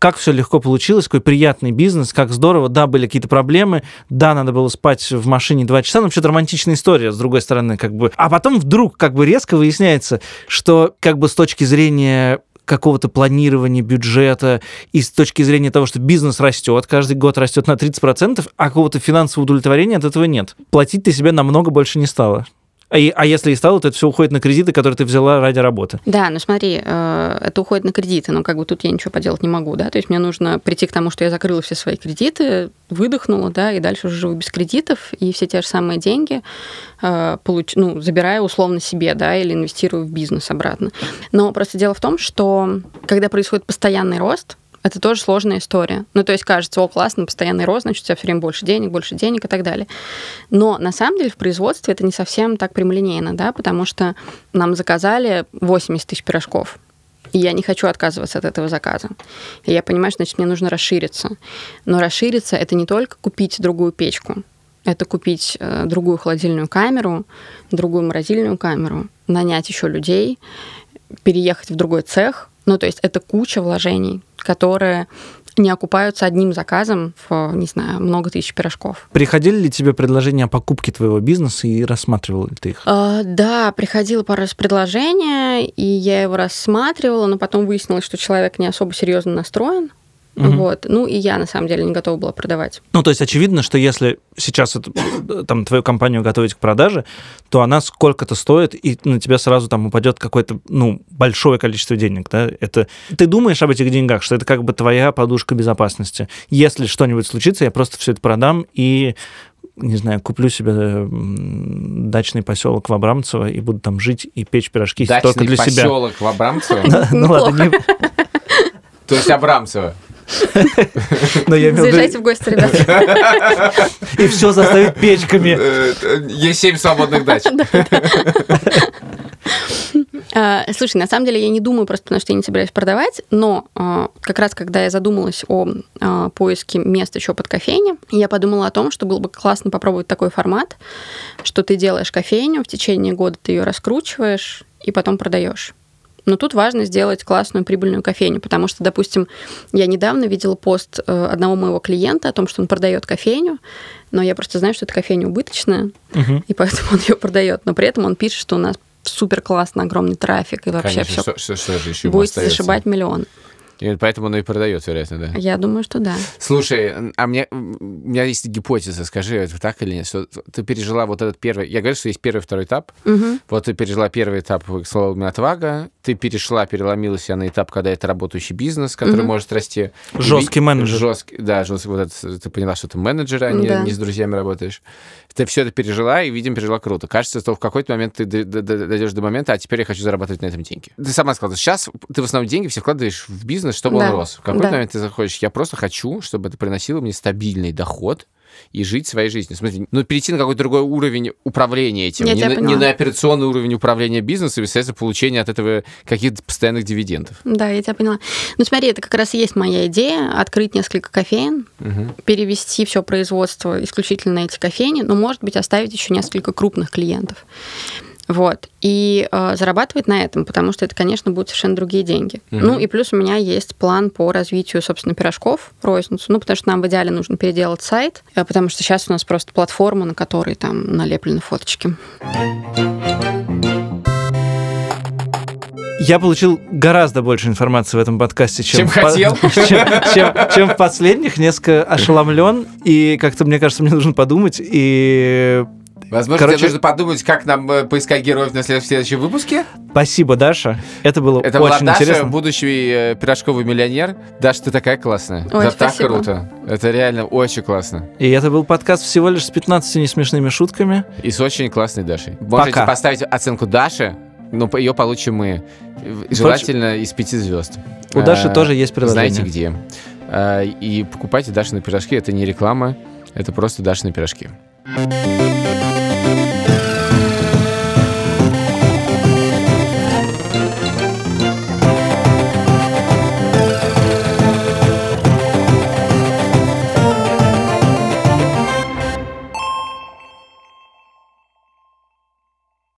как все легко получилось, какой приятный бизнес, как здорово, да, были какие-то проблемы, да, надо было спать в машине два часа, но вообще-то романтичная история, с другой стороны, как бы. А потом вдруг как бы резко выясняется, что как бы с точки зрения какого-то планирования бюджета и с точки зрения того, что бизнес растет, каждый год растет на 30%, а какого-то финансового удовлетворения от этого нет. Платить ты себе намного больше не стало. А, и- а если и стало, то это все уходит на кредиты, которые ты взяла ради работы.
Да, ну смотри, э, это уходит на кредиты, но как бы тут я ничего поделать не могу, да, то есть мне нужно прийти к тому, что я закрыла все свои кредиты, выдохнула, да, и дальше уже живу без кредитов, и все те же самые деньги э, получ... ну, забираю условно себе, да, или инвестирую в бизнес обратно. Но просто дело в том, что когда происходит постоянный рост, это тоже сложная история. Ну, то есть кажется, о, классно, постоянный рост, значит, у тебя все время больше денег, больше денег и так далее. Но на самом деле в производстве это не совсем так прямолинейно, да, потому что нам заказали 80 тысяч пирожков. И я не хочу отказываться от этого заказа. И я понимаю, что значит, мне нужно расшириться. Но расшириться это не только купить другую печку, это купить э, другую холодильную камеру, другую морозильную камеру, нанять еще людей, переехать в другой цех. Ну, то есть это куча вложений, которые не окупаются одним заказом в, не знаю, много тысяч пирожков.
Приходили ли тебе предложения о покупке твоего бизнеса и рассматривал ли ты их?
А, Да, приходило пару раз предложение, и я его рассматривала, но потом выяснилось, что человек не особо серьезно настроен.
Мгм.
Вот. Ну, и я на самом деле не готова была продавать.
Ну, то есть очевидно, что если сейчас это, э, там, твою компанию готовить к продаже, то она сколько-то стоит, и на тебя сразу там упадет какое-то, ну, большое количество денег, да? Это... Ты думаешь об этих деньгах, что это как бы твоя подушка безопасности. Если что-нибудь случится, я просто все это продам и не знаю, куплю себе э, м, дачный поселок в Абрамцево и буду там жить и печь пирожки только (laughs)
Дачный
для себя.
(laughs)
поселок в Абрамцево?
Ну ладно, не-
То есть Абрамцево.
Но я имел в виду-
Заезжайте в гости, ребята.
И все заставить печками.
Э, э, Есть семь свободных дач.
(laughs) А, Слушай, на самом деле я не думаю просто, потому что я не собираюсь продавать, но а, как раз когда я задумалась о а, поиске мест еще под кофейни, я подумала о том, что было бы классно попробовать такой формат, что ты делаешь кофейню, в течение года ты ее раскручиваешь и потом продаешь. Но тут важно сделать классную прибыльную кофейню, потому что, допустим, я недавно видела пост э, одного моего клиента о том, что он продает кофейню, но я просто знаю, что эта кофейня убыточная,
Мгм.
и поэтому он ее продает. Но при этом он пишет, что у нас супер классно, огромный трафик, и (laughs) вообще
Конечно,
все
что- что что же еще ему
будет
остается?
зашибать миллион.
И Поэтому он и продает, вероятно, да.
Я думаю, что да.
Слушай, а мне, у меня есть гипотеза, скажи, это так или нет, что ты пережила вот этот первый... Я говорю, что есть первый и второй этап.
Мгм.
Вот ты пережила первый этап к слову отвага, ты перешла, переломила себя на этап, когда это работающий бизнес, который
Мгм.
может расти.
Жесткий
И ви-
менеджер.
Жесткий, да, жесткий. Вот это, ты поняла, что ты менеджер, а не,
Ну Да.
не с друзьями работаешь. Ты все это пережила и, видимо, пережила круто. Кажется, что в какой-то момент ты д- д- д- дойдешь до момента, а теперь я хочу зарабатывать на этом деньги. Ты сама сказала, сейчас ты в основном деньги все вкладываешь в бизнес, чтобы
Да.
он рос. В какой-то
Да.
момент ты захочешь, я просто хочу, чтобы это приносило мне стабильный доход, и жить своей жизнью. В смысле, ну, перейти на какой-то другой уровень управления этим.
Я
не,
тебя
на, не
поняла.
на операционный уровень управления бизнесом и, соответственно, получения от этого каких-то постоянных дивидендов.
Да, я тебя поняла. Ну смотри, это как раз и есть моя идея открыть несколько кофеин, перевести все производство исключительно на эти кофейни, но, может быть, оставить еще несколько крупных клиентов. Вот. И э, зарабатывать на этом, потому что это, конечно, будут совершенно другие деньги.
Мгм.
Ну и плюс у меня есть план по развитию, собственно, пирожков, розницу. Ну, потому что нам в идеале нужно переделать сайт, э, потому что сейчас у нас просто платформа, на которой там налеплены фоточки.
Я получил гораздо больше информации в этом подкасте, чем,
Чем
в по-
хотел.
чем, чем- чем в последних. Несколько ошеломлен. И как-то, мне кажется, мне нужно подумать. И
Возможно,
Короче-
тебе нужно подумать, как нам э, поискать героев на след- в следующем выпуске.
спасибо, Даша. Это было
Это была
очень
Даша,
интересно.
будущий э, пирожковый миллионер. Даша, ты такая классная.
Ой,
да так
спасибо.
круто. Это реально очень классно.
И это был подкаст всего лишь с 15 несмешными шутками.
И с очень классной Дашей. Можете
Пока.
поставить оценку Даши, но ее получим мы. В- Желательно из пяти звезд.
У Даши
Э,
тоже есть приложение.
Знаете где? Э, И покупайте Дашины пирожки. Это не реклама, это просто Дашины пирожки.